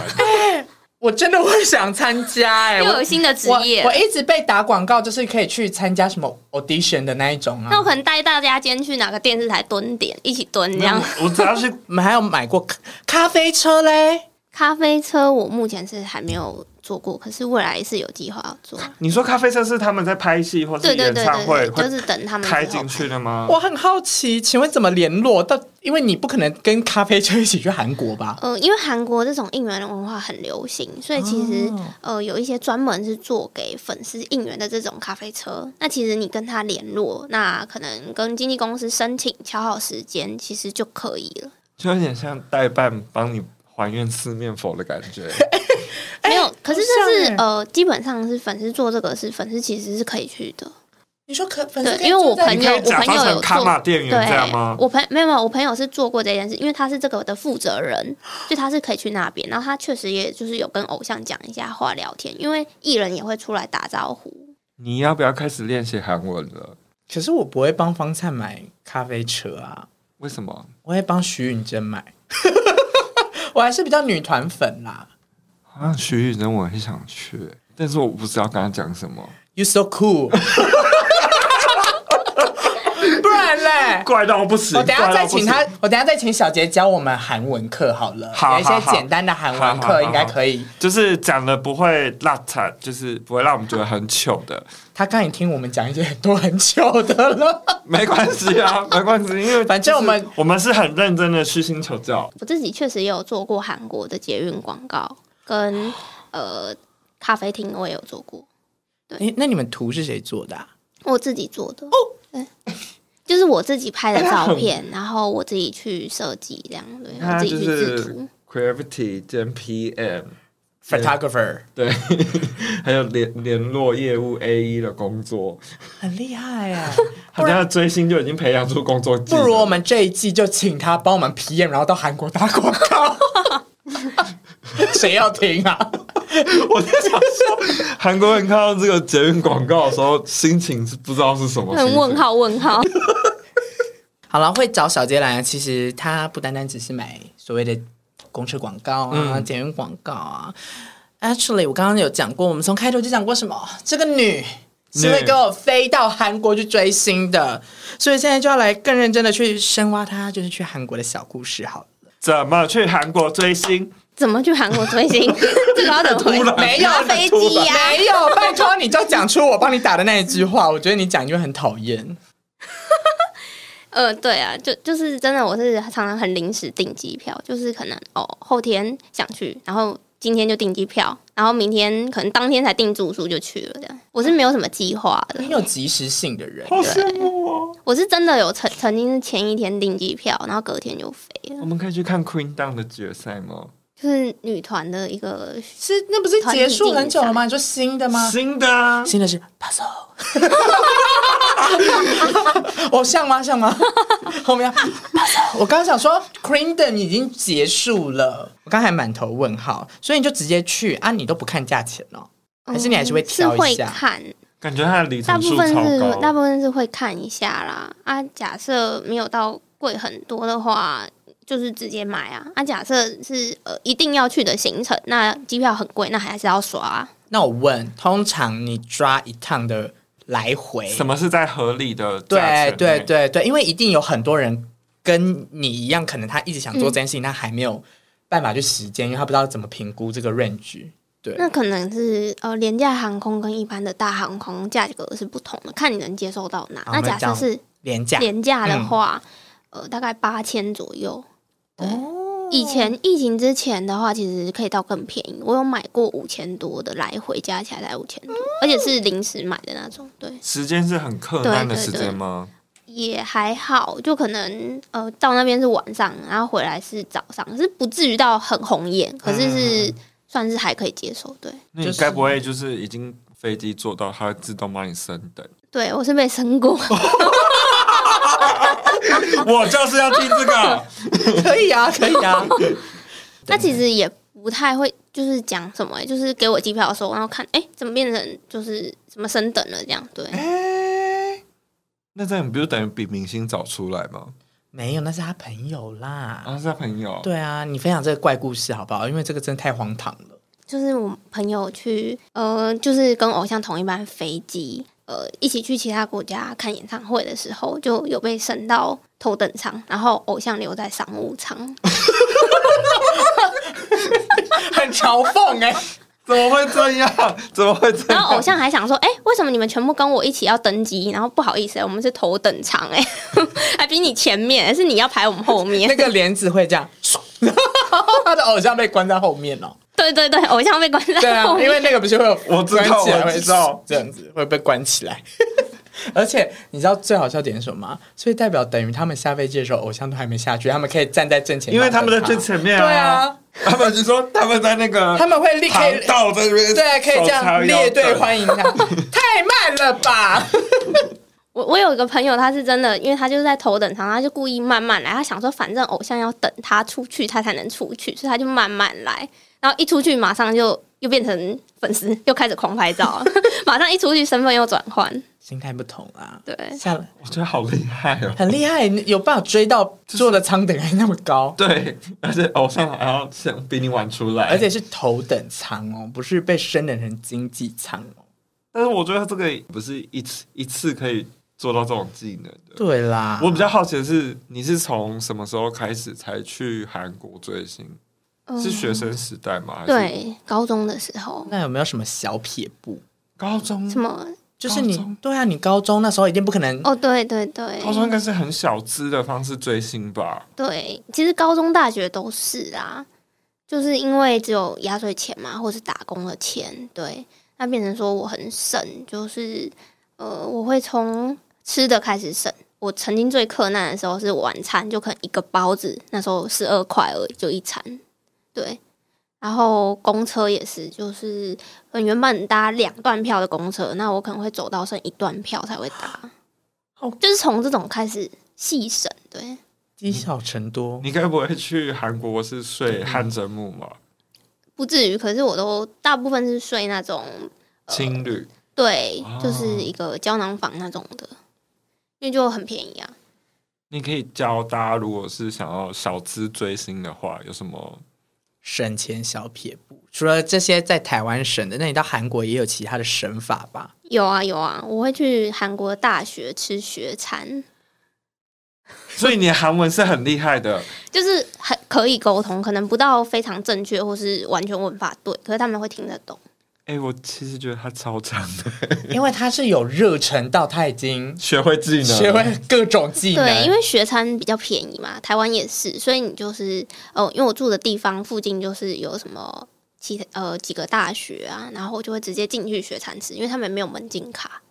Speaker 3: 我真的会想参加哎、
Speaker 2: 又有
Speaker 3: 我
Speaker 2: 新的职
Speaker 3: 我
Speaker 2: 业
Speaker 3: 我，一直被打广告，就是可以去参加什么 audition 的那一种啊
Speaker 2: 那我。可能带大家今天去哪个电视台蹲点，一起蹲这样。
Speaker 1: 我只要去
Speaker 3: 我们还有买过咖咖啡车嘞，
Speaker 2: 咖啡车我目前是还没有做过，可是未来是有计划要做。
Speaker 1: 你说咖啡车是他们在拍戏或是
Speaker 2: 对对
Speaker 1: 演
Speaker 2: 对
Speaker 1: 唱会
Speaker 2: 对
Speaker 1: 会
Speaker 2: 对，就是等他们
Speaker 1: 开
Speaker 2: 之后
Speaker 1: 进去的吗？
Speaker 3: 我很好奇，请问怎么联络？到因为你不可能跟咖啡车一起去韩国吧？
Speaker 2: 呃，因为韩国这种应援的文化很流行，所以其实、
Speaker 3: 哦
Speaker 2: 呃有一些专门是做给粉丝应援的这种咖啡车。那其实你跟他联络，那可能跟经纪公司申请敲好时间，其实就可以了。
Speaker 1: 就有点像代办帮你还愿四面佛的感
Speaker 2: (laughs)
Speaker 1: 觉。
Speaker 2: 哎没有，可是这
Speaker 3: 好像
Speaker 2: 是
Speaker 3: 欸
Speaker 2: 呃，基本上是粉丝做这个是粉丝其实是可以去的。
Speaker 3: 你说可粉丝
Speaker 2: 对，
Speaker 3: 可以
Speaker 2: 因为我
Speaker 3: 坐在
Speaker 2: 朋
Speaker 3: 你
Speaker 1: 你可
Speaker 2: 友，
Speaker 1: 以
Speaker 2: 我
Speaker 1: 假
Speaker 2: 朋
Speaker 1: 装
Speaker 2: 友有
Speaker 1: 成卡玛
Speaker 2: 做。
Speaker 1: 店员这样吗？
Speaker 2: 我朋没有没有，我朋友是做过这件事，因为他是这个的负责人，就他是可以去那边，然后他确实也就是有跟偶像讲一下话聊天，因为艺人也会出来打招呼。
Speaker 1: 你要不要开始练习韩文了？
Speaker 3: 可是我不会帮方灿买咖啡车啊，
Speaker 1: 为什么？
Speaker 3: 我会帮徐允珍买。 (laughs) 我还是比较女团粉啦。
Speaker 1: 好像徐宇真我很想去，但是我不知道跟他讲什么。
Speaker 3: You so (laughs) cool，不然嘞。
Speaker 1: 怪到不行
Speaker 3: 我等一下再请
Speaker 1: 怪
Speaker 3: 他
Speaker 1: 到啊不行，
Speaker 3: 我等一下再请小杰教我们韩文课好了，
Speaker 1: 好
Speaker 3: 有一些
Speaker 1: 好好
Speaker 3: 简单的韩文
Speaker 1: 好好
Speaker 3: 课
Speaker 1: 好
Speaker 3: 应该可以。
Speaker 1: 就是讲的不会邋遢，就是不会让我们觉得很糗的。
Speaker 3: 他刚才听我们讲一些很多很久的 (laughs) 了，
Speaker 1: 没关系啊，没关系，因为
Speaker 3: 反正我们
Speaker 1: 就是我们是很认真的虚心求教。
Speaker 2: 我自己确实也有做过韩国的捷运广告，跟呃咖啡厅我也有做过，
Speaker 3: 诶那你们图是谁做的、啊？
Speaker 2: 我自己做的。哦，对， (laughs) 就是我自己拍的照片，然后我自己去设计这样，对，然后
Speaker 1: 他
Speaker 2: 自己
Speaker 1: 就
Speaker 2: 去制
Speaker 1: 是
Speaker 2: 图。
Speaker 1: creativity 兼 PM，
Speaker 3: photographer
Speaker 1: 对，还有联联络业务 A 一的工作，
Speaker 3: 很厉 (laughs) 害啊！
Speaker 1: 他家的追星就已经培养出工作技
Speaker 3: 不
Speaker 1: 能。
Speaker 3: 如我们这一季就请他帮我们 PM，然后到韩国打广告，谁要听啊？
Speaker 1: (laughs) 我在想说，韩国人看到这个捷运广告的时候，心情是不知道是什么，
Speaker 2: 很问。号问号， (laughs)
Speaker 3: 好了，会找小杰来啊，其实他不单单只是买所谓的公车广告啊、
Speaker 1: 嗯
Speaker 3: 捷运广告啊。Actually，我刚刚有讲过，我们从开头就讲过什么？这个女是会
Speaker 1: 女
Speaker 3: 给我飞到韩国去追星的，所以现在就要来更认真的去深挖她，就是去韩国的小故事好了。
Speaker 1: 怎么去韩国追星？
Speaker 2: 怎么去韩国追
Speaker 3: (laughs)
Speaker 2: 星？这个要怎么回
Speaker 1: 突然
Speaker 3: 没有
Speaker 2: 搭飞机呀、
Speaker 3: 没有，拜托你就讲出我帮你打的那一句话。我觉得你讲就会很讨厌。
Speaker 2: 呃，对啊，就就是真的，我是常常很临时订机票，就是可能哦后天想去，然后今天就订机票，然后明天可能当天才订住宿就去了。这样，我是没有什么计划的
Speaker 3: 你。有及时性的人，
Speaker 1: 好羡慕哦！
Speaker 2: 我是真的有曾曾经是前一天订机票，然后隔天就飞了，
Speaker 1: 我们可以去看 Queen Down 的决赛吗？
Speaker 2: 就是女团的一个
Speaker 3: 是那不是结束很久了吗？你说新的吗？
Speaker 1: 新的啊，
Speaker 3: 新的是 puzzle。哦，像吗？像吗？ (laughs) 后面
Speaker 2: (laughs)
Speaker 3: 要 puzzle 我刚想说 c r e n d o n 已经结束了，我刚才满头问号，所以你就直接去啊？你都不看价钱哦？还是你还是会
Speaker 2: 嗯是
Speaker 3: 挑
Speaker 2: 会
Speaker 3: 一下？
Speaker 2: 看，
Speaker 1: 感觉它的里
Speaker 2: 大
Speaker 1: 程
Speaker 2: 部
Speaker 1: 数
Speaker 2: 分
Speaker 1: 超
Speaker 2: 是大
Speaker 1: 高。
Speaker 2: 部分是会看一下啦。啊，假设没有到贵很多的话，就是直接买啊。啊，假设是呃一定要去的行程，那机票很贵，那还是要刷、啊。
Speaker 3: 那我问，通常你抓一趟的来回，
Speaker 1: 什么是在合理的价
Speaker 3: 对
Speaker 1: 钱内欸
Speaker 3: 对对对，因为一定有很多人跟你一样，可能他一直想
Speaker 2: 嗯
Speaker 3: 做这件事情，他还没有办法去实践，因为他不知道怎么评估这个 range。对，
Speaker 2: 那可能是呃，廉价航空跟一般的大航空价格是不同的，看你能接受到哪。
Speaker 3: 好
Speaker 2: 那
Speaker 3: 我们
Speaker 2: 假设
Speaker 3: 讲
Speaker 2: 是
Speaker 3: 廉价
Speaker 2: 廉价的话，呃，大概八千左右。对，以前疫情之前的话，其实可以到更便宜。我有买过五千多的，来回加起来才五千多，而且是临时买的那种。对，
Speaker 1: 时间是很困难的
Speaker 2: 对
Speaker 1: 时
Speaker 2: 对
Speaker 1: 间吗？
Speaker 2: 也还好，就可能呃到那边是晚上，然后回来是早上，是不至于到很红眼，可是是、算是还可以接受。对，
Speaker 1: 那你
Speaker 3: 就是
Speaker 1: 该不会就是已经飞机坐到，它会自动帮你升等？
Speaker 2: 对我是被升过。
Speaker 1: 我就是要听这个，
Speaker 3: (laughs) 可以啊，可以啊。
Speaker 2: 那其实也不太会，就是讲什么、欸，就是给我机票的时候，然后看，哎、怎么变成就是什么升等了这样？对，
Speaker 1: (laughs) 哎那这样你不就等于比明星早出来吗？
Speaker 3: (laughs) 没有，那是他朋友啦。
Speaker 1: 啊，是他朋友，
Speaker 3: 对啊，你分享这个怪故事好不好？因为这个真的太荒唐 (laughs) 了。
Speaker 2: 就是我朋友去，呃，就是跟偶像同一班飞机，呃，一起去其他国家看演唱会的时候，就有被升到头等舱，然后偶像留在商务舱。 (laughs)
Speaker 3: 很嘲讽 (laughs) 哎、
Speaker 1: 怎么会这样？怎么会这
Speaker 2: 然后
Speaker 1: 样？
Speaker 2: 偶像还想说：“哎、为什么你们全部跟我一起要登机？然后不好意思、我们是头等舱，哎， (laughs) 还比你前面，是你要排我们后面 (laughs)
Speaker 3: 那。个帘子会这样， (laughs) 唰他的偶像被关在后面哦。
Speaker 2: 对对对，偶像被关
Speaker 3: 对
Speaker 2: 在
Speaker 3: (laughs) 啊
Speaker 2: 后，面。
Speaker 3: 因为那个不是会有
Speaker 1: 我知道
Speaker 3: 关起来
Speaker 1: 我
Speaker 3: 会
Speaker 1: 知道
Speaker 3: 这样子会被关起来。 (laughs) 而且你知道最好笑点是什么吗？所以代表等于他们下飞机的时候，偶像都还没下去，他们可以站在正前
Speaker 1: 因
Speaker 3: 方
Speaker 1: 为
Speaker 3: 等他，
Speaker 1: 他们在最前面
Speaker 3: 对啊，
Speaker 1: 他们就说他们在那个
Speaker 3: 他们会立刻
Speaker 1: 航道这边，
Speaker 3: 对啊，可以这
Speaker 1: 手叉腰
Speaker 3: 样列队
Speaker 1: 等 (laughs)
Speaker 3: 欢迎他，太慢了吧？
Speaker 2: 我我有一个朋友，他是真的，因为他就是在头等舱，他就故意慢慢来，他想说反正偶像要等他出去，他才能出去，所以他就慢慢来。然后一出去，马上就又变成粉丝，又开始狂拍照， (laughs) 马上一出去身份又转换。
Speaker 3: 心态不同啊，
Speaker 2: 对，
Speaker 3: 下了
Speaker 1: 我觉得好厉害哦。
Speaker 3: 很厉害，有办法追到坐的舱等还那么高，
Speaker 1: 对，而且偶像还要先比你晚出来，
Speaker 3: 而且是头等舱哦，不是被升等成经济舱哦。
Speaker 1: 但是我觉得他这个不是一次一次可以做到这种技能的。
Speaker 3: 对啦，
Speaker 1: 我比较好奇的是，你是从什么时候开始才去韩国追星？
Speaker 2: 嗯
Speaker 1: 是学生时代吗？还是，
Speaker 2: 对高中的时候，
Speaker 3: 那有没有什么小撇步？
Speaker 1: 高中
Speaker 2: 什么
Speaker 3: 就是
Speaker 1: 高中
Speaker 3: 你对啊，你高中那时候一定不可能
Speaker 2: 哦，对对对，
Speaker 1: 高中应该是很小资的方式追星吧？
Speaker 2: 对，其实高中、大学都是啦，就是因为只有压岁钱嘛，或是打工的钱，对，那变成说我很省，就是呃，我会从吃的开始省。我曾经最困难的时候是晚餐，就可能一个包子，那时候十二块而已，就一餐，对。然后公车也是，就是可能原本搭两段票的公车，那我可能会走到剩一段票才会搭
Speaker 3: 好，
Speaker 2: 就是从这种开始细省，对。
Speaker 3: 积少成多。
Speaker 1: 你该不会去韩国是睡汗蒸木吧？
Speaker 2: 不至于，可是我都大部分是睡那种，
Speaker 1: 青旅
Speaker 2: 对，
Speaker 1: 哦
Speaker 2: 就是一个胶囊房那种的，因为就很便宜啊。
Speaker 1: 你可以教大家，如果是想要小资追星的话，有什么？
Speaker 3: 省钱小撇步，除了这些在台湾省的，那你到韩国也有其他的省法
Speaker 2: (laughs)
Speaker 3: 吧？
Speaker 2: 有啊有啊，我会去韩国大学吃学餐，
Speaker 1: 所以你的韩文是很厉害的，
Speaker 2: 就是很可以沟通，可能不到非常正确或是完全文法对，可是他们会听得懂。
Speaker 1: 哎、我其实觉得他超强的，
Speaker 3: 因为他是有热忱到他已
Speaker 1: (laughs)
Speaker 3: 经
Speaker 1: 学会技能，
Speaker 3: 学会各种技能，
Speaker 2: 对，因为学餐比较便宜嘛，台湾也是，所以你就是呃，因为我住的地方附近就是有什么其呃几个大学啊，然后我就会直接进去学餐吃，因为他们没有门禁卡。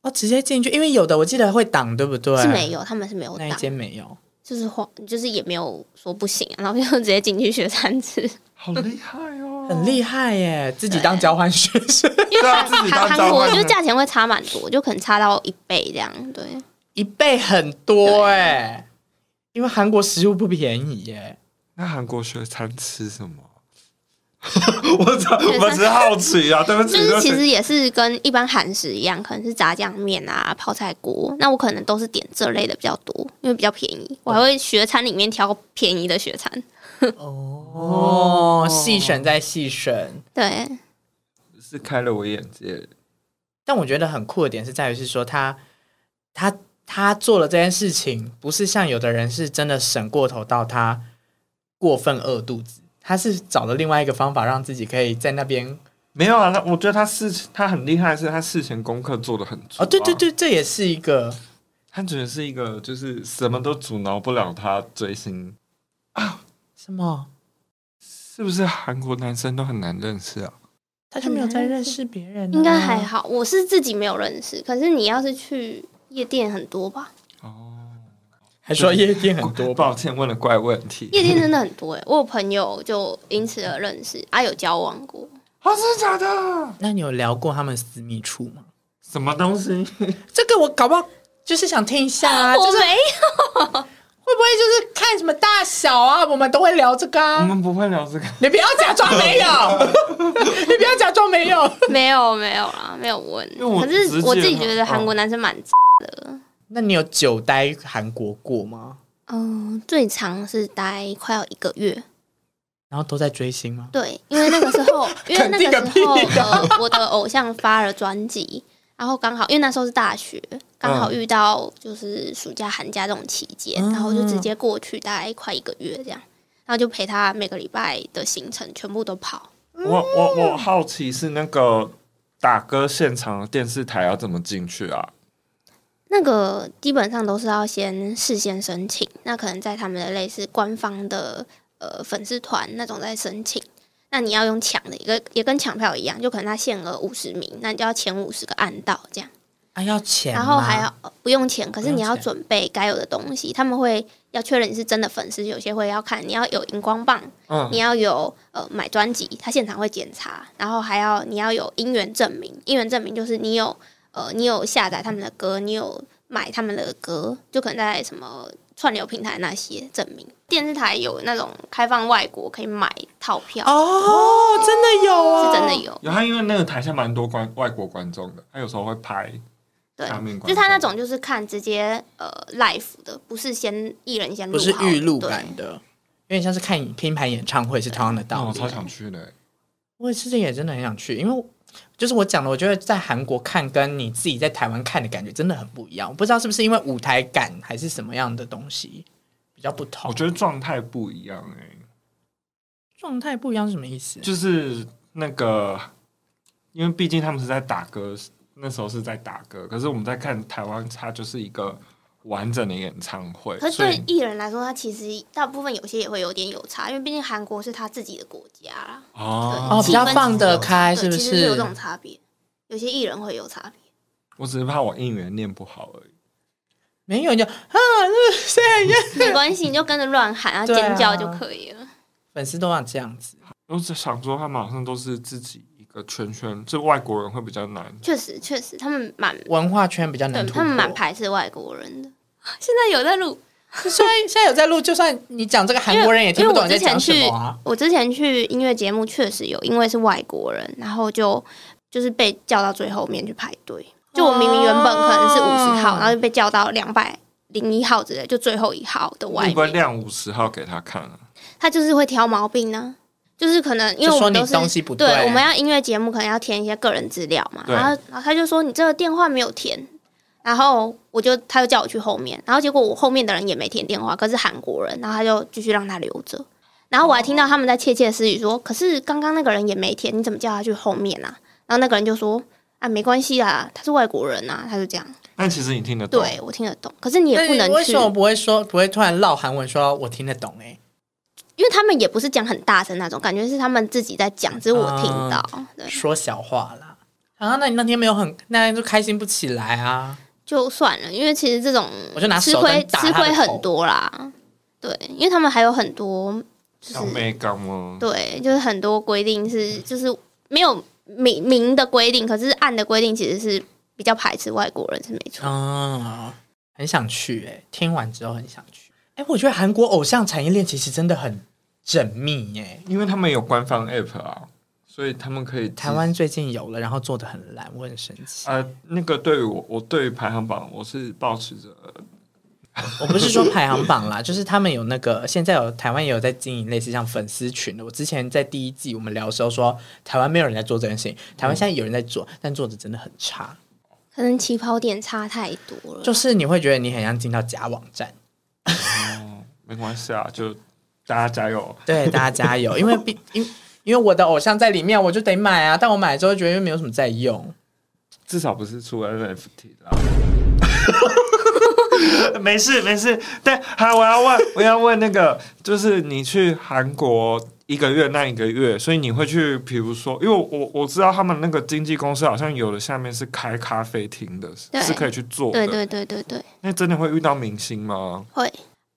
Speaker 3: 哦直接进去，因为有的我记得会挡，对不对？
Speaker 2: 是没有，他们是没有
Speaker 3: 那一
Speaker 2: 打，
Speaker 3: 间没有。
Speaker 2: 就是花，就是也没有说不行、啊然后就直接进去学餐吃，因
Speaker 1: 好厉害哦，
Speaker 3: 很厉害耶！自己当交换学生，
Speaker 1: (laughs) 对
Speaker 2: 为
Speaker 1: 啊
Speaker 2: 韩
Speaker 1: 自己当
Speaker 2: 韩
Speaker 1: 交
Speaker 2: 韩国
Speaker 1: 换
Speaker 2: 就是
Speaker 1: 的
Speaker 2: 价钱会差蛮多，就可能差到一倍这样，对，
Speaker 3: (laughs) 一倍很多哎，因为韩国食物不便宜耶。
Speaker 1: 那韩国学餐吃什么？ (laughs) 我只我只是好奇啊，对不起，
Speaker 2: 就
Speaker 1: 对不
Speaker 2: 是
Speaker 1: 起
Speaker 2: 其实也是跟一般韩食一样，可能是炸酱面啊、泡菜锅，那我可能都是点这类的比较多，因为比较便宜，我还会学餐里面挑便宜的学餐，
Speaker 3: 哦，细省再细省。
Speaker 2: 对，
Speaker 1: 是开了我眼界。
Speaker 3: 但我觉得很酷的点是在于是说他他他做了这件事情，不是像有的人是真的省过头到他过分饿肚子，他是找了另外一个方法让自己可以在那边。
Speaker 1: 没有啊，那我觉得他事他很厉害，是他事前功课做的很足、啊
Speaker 3: 哦，对对，对，这也是一个
Speaker 1: 他只是一个就是什么都阻挠不了他追星，
Speaker 3: 什么？
Speaker 1: 是不是韩国男生都很难认识啊？
Speaker 3: 他就没有在认识别人、啊
Speaker 2: 应该还。好。我是自己没有认识，可是你要是去夜店很多吧，
Speaker 1: 哦，
Speaker 3: 还说夜店很多吧？
Speaker 1: 抱歉问了怪问题，
Speaker 2: 夜店真的很多哎、我有朋友就因此而认识，啊，有交往过，
Speaker 1: 哦，真的假的？
Speaker 3: 那你有聊过他们私密处吗？
Speaker 1: 什么东西？
Speaker 3: 这个我搞不好就是想听一下
Speaker 2: (laughs)
Speaker 3: 啊，
Speaker 2: 我
Speaker 3: 就是
Speaker 2: 没
Speaker 3: 会不会就是看什么大小啊，我们都会聊这
Speaker 1: (laughs)
Speaker 3: 个
Speaker 1: 我
Speaker 3: 啊。
Speaker 1: 们不会聊这个。
Speaker 3: 你不要假装没有， (laughs) 你不要假装没有。
Speaker 2: (laughs) 没有没有啦，没有问。
Speaker 1: 为我
Speaker 2: 可是
Speaker 1: 直
Speaker 2: 我
Speaker 1: 接
Speaker 2: 自己觉得
Speaker 1: 哦
Speaker 2: 韩国男生蛮的，
Speaker 3: 那你有久待韩国过吗？
Speaker 2: 嗯、最长是待快要一个月。
Speaker 3: 然后都在追星吗？
Speaker 2: 对，因为那个时
Speaker 3: (laughs)
Speaker 2: 候，因为那
Speaker 3: 肯
Speaker 2: 个时
Speaker 3: 定
Speaker 2: 候
Speaker 3: 个屁啊
Speaker 2: 呃，我的偶像发了专辑，然后刚好因为那时候是大学，刚好遇到就是暑假寒假这种期间，
Speaker 3: 嗯
Speaker 2: 然后我就直接过去待快一个月这样，然后就陪他每个礼拜的行程全部都跑。
Speaker 1: 我我我好奇是那个打歌现场的电视台要怎么进去啊？
Speaker 2: 那个基本上都是要先事先申请，那可能在他们的类似官方的呃粉丝团那种在申请，那你要用抢的，也跟也跟抢票一样，就可能它限额五十名，那你就要前五十个按到这样，
Speaker 3: 啊，要钱吗
Speaker 2: 然后还要呃不用钱，可
Speaker 3: 不
Speaker 2: 是
Speaker 3: 用
Speaker 2: 你要
Speaker 3: 钱
Speaker 2: 准备该有的东西，他们会要确认你是真的粉丝，有些会要看你要有荧光棒，
Speaker 1: 嗯
Speaker 2: 你，要有呃买专辑，他现场会检查，然后还要你要有音源证明，音源证明就是你有呃你有下载他们的歌，你有买他们的歌，就可能在什么串流平台那些证明。电视台有那种开放外国可以买套票，
Speaker 3: 哦，真的有哦，
Speaker 2: 是真的有，
Speaker 1: 有他因为那个台下蛮多观外国观众的，他有时候会拍
Speaker 2: 对
Speaker 1: 下面，观
Speaker 2: 就是他那
Speaker 1: 众
Speaker 2: 种就是看直接呃 live 的，不是先艺人先录
Speaker 3: 不
Speaker 2: 好
Speaker 3: 是
Speaker 2: 的，
Speaker 3: 预录
Speaker 2: 对
Speaker 3: 版的，有点像是看拼盘演唱会是同样的
Speaker 1: 那
Speaker 3: 道
Speaker 1: 我
Speaker 3: 理
Speaker 1: 超。想去的欸、
Speaker 3: 我其实也真的很想去，因为我就是我讲的，我觉得在韩国看跟你自己在台湾看的感觉真的很不一样。我不知道是不是因为舞台感还是什么样的东西比较不同
Speaker 1: 我，觉得状态不一样哎、
Speaker 3: 状态不一样是什么意思？
Speaker 1: 就是那个，因为毕竟他们是在打歌，那时候是在打歌，可是我们在看台湾，它就是一个完整的演唱会，
Speaker 2: 可是
Speaker 1: 所
Speaker 2: 对
Speaker 1: 以
Speaker 2: 艺人来说，他其实大部分有些也会有点有差，因为毕竟韩国是他自己的国家啦。
Speaker 3: 哦，
Speaker 1: 哦
Speaker 3: 比较放得开，
Speaker 2: 对
Speaker 3: 是不
Speaker 2: 其实有这种差别，有些艺人会有差别。 (laughs)
Speaker 1: 我只是怕我应援念不好而已。
Speaker 3: 没有你就啊，那虽然也
Speaker 2: 没关系，你就跟着乱喊啊，
Speaker 3: 对啊
Speaker 2: 尖叫就可以了。
Speaker 3: (laughs) 粉丝都要这样子，
Speaker 1: 我只想说，他们好像都是自己一个圈圈，就外国人会比较难。
Speaker 2: 确实，确实，他们蛮
Speaker 3: 文化圈比较
Speaker 2: 对
Speaker 3: 难突破。
Speaker 2: 他们蛮排斥外国人的。 (laughs) 现在有在录，
Speaker 3: 虽然现在有在录，就算你讲这个韩
Speaker 2: 因为
Speaker 3: 国人也听
Speaker 2: 因
Speaker 3: 不
Speaker 2: 为
Speaker 3: 懂
Speaker 2: 我
Speaker 3: 你在
Speaker 2: 之
Speaker 3: 讲
Speaker 2: 前
Speaker 3: 什
Speaker 2: 去
Speaker 3: 么啊。，
Speaker 2: 我之前去音乐节目确实有，因为是外国人，然后就就是被叫到最后面去排队。就我明明原本可能是五十号，
Speaker 3: 哦
Speaker 2: 然后就被叫到两百零一号之类，就最后一号的外
Speaker 1: 你不会
Speaker 2: 面。
Speaker 1: 亮五十号给他看啊？
Speaker 2: 他就是会挑毛病呢、就是可能因为我们都
Speaker 3: 就说你
Speaker 2: 是
Speaker 3: 东西不对
Speaker 2: 对，我们要音乐节目可能要填一些个人资料嘛，
Speaker 1: 对
Speaker 2: 然后然后他就说你这个电话没有填，然后我就他就叫我去后面，然后结果我后面的人也没填电话，可是韩国人，然后他就继续让他留着，然后我还听到他们在窃窃私语说，可是刚刚那个人也没填，你怎么叫他去后面啊？然后那个人就说啊没关系啦，他是外国人啊，他就这样，
Speaker 1: 但其实你听得懂，
Speaker 2: 对我听得懂，可是你也
Speaker 3: 哦那
Speaker 2: 不能
Speaker 3: 你为
Speaker 2: 去
Speaker 3: 什，么不会说不会突然唠韩文说我听得懂、欸？
Speaker 2: 因为他们也不是讲很大声那种，感觉是他们自己在讲，只是我听
Speaker 3: 啊
Speaker 2: 到，对。
Speaker 3: 说小话啦。啊，那你那天没有很，那天就开心不起来啊？
Speaker 2: 就算了，因为其实这种
Speaker 3: 我就拿
Speaker 2: 吃
Speaker 3: 手灯
Speaker 2: 亏
Speaker 3: 打他
Speaker 2: 吃
Speaker 3: 的头
Speaker 2: 亏很多啦，对，因为他们还有很多
Speaker 1: 小妹刚吗？
Speaker 2: 对，就是很多规定是就是没有明明的规定，可是暗的规定其实是比较排斥外国人是没错。
Speaker 3: 嗯，很想去哎、听完之后很想去。哎、我觉得韩国偶像产业链其实真的很缜密欸耶、
Speaker 1: 因为他们有官方 app 啊，所以他们可以
Speaker 3: 台
Speaker 2: 嗯
Speaker 3: 湾最近有了，然后做的很烂，我很生
Speaker 2: 啊
Speaker 3: 气。
Speaker 1: 呃，那个对于我，我对于排行榜我是保持着
Speaker 3: 我不是说排行
Speaker 2: (laughs)
Speaker 3: 榜啦，就是他们有那个，现在有台湾也有在经营类似像粉丝群的。我之前在第一
Speaker 2: (laughs)
Speaker 3: 季我们聊的时候说，台湾没有人在做这件事情，台湾现在有人在做，但做的真的很差。
Speaker 2: 可能起跑点差太多了。
Speaker 3: 就是你会觉得你很像进到假网站。
Speaker 1: 哦，没关系啊，就大家加油。
Speaker 3: 对，大家加油，因为毕因因为我的偶像在里面，我就得买啊。但我买了之后觉得又没有什么在用，
Speaker 1: 至少不是出 NFT 啦。 (laughs) 没事没事，对，好，我要 (laughs) 问，我要问那个，就是你去韩国一个月那一个月，所以你会去，比如说，因为我我知道他们那个经纪公司好像有的下面是开咖啡厅的，
Speaker 2: 对
Speaker 1: 是可以去做的。
Speaker 2: 对对对对对，
Speaker 1: 那真的会遇到明星吗？
Speaker 2: 会。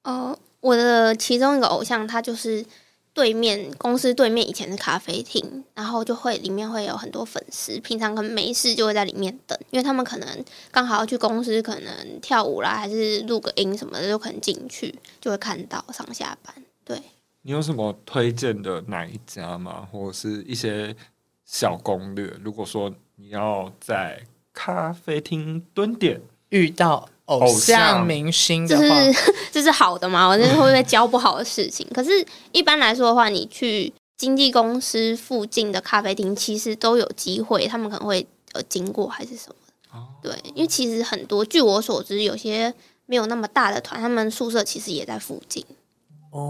Speaker 2: 呃，我的其中一个偶像，他就是对面公司对面以前是咖啡厅，然后就会里面会有很多粉丝，平常可能没事就会在里面等，因为他们可能刚好要去公司，可能跳舞啦，还是录个音什么的，就可能进去就会看到上下班。对，
Speaker 1: 你有什么推荐的哪一家吗？或者是一些小攻略？如果说你要在咖啡厅蹲点，
Speaker 3: 遇到偶
Speaker 1: 偶
Speaker 3: 像
Speaker 1: 像
Speaker 3: 明星
Speaker 2: 这
Speaker 3: 的话，
Speaker 2: 是 (laughs) 这是好的嘛？我这是会不会教不好的事情？可是，一般来说的话，你去经纪公司附近的咖啡厅，其实都有机会，他们可能会呃经过还是什么的
Speaker 1: 哦
Speaker 2: 对，因为其实很多，据我所知，有些没有那么大的团，他们宿舍其实也在附近，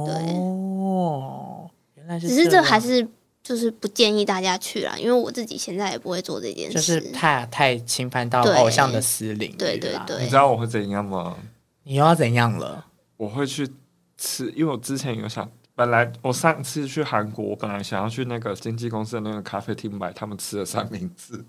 Speaker 3: 哦，原来是
Speaker 2: 只是这
Speaker 3: 样
Speaker 2: 还是就是不建议大家去啦，因为我自己现在也不会做这件事。
Speaker 3: 就是太太侵犯到
Speaker 2: 对
Speaker 3: 偶像的私领域
Speaker 2: 对对
Speaker 3: 啦
Speaker 1: 你
Speaker 2: 对
Speaker 1: 知，道我会怎样吗？
Speaker 3: 你又要怎样了？
Speaker 1: 我会去吃，因为我之前有想，本来我上次去韩国，我本来想要去那个经纪公司的那个咖啡厅买他们吃的三明治，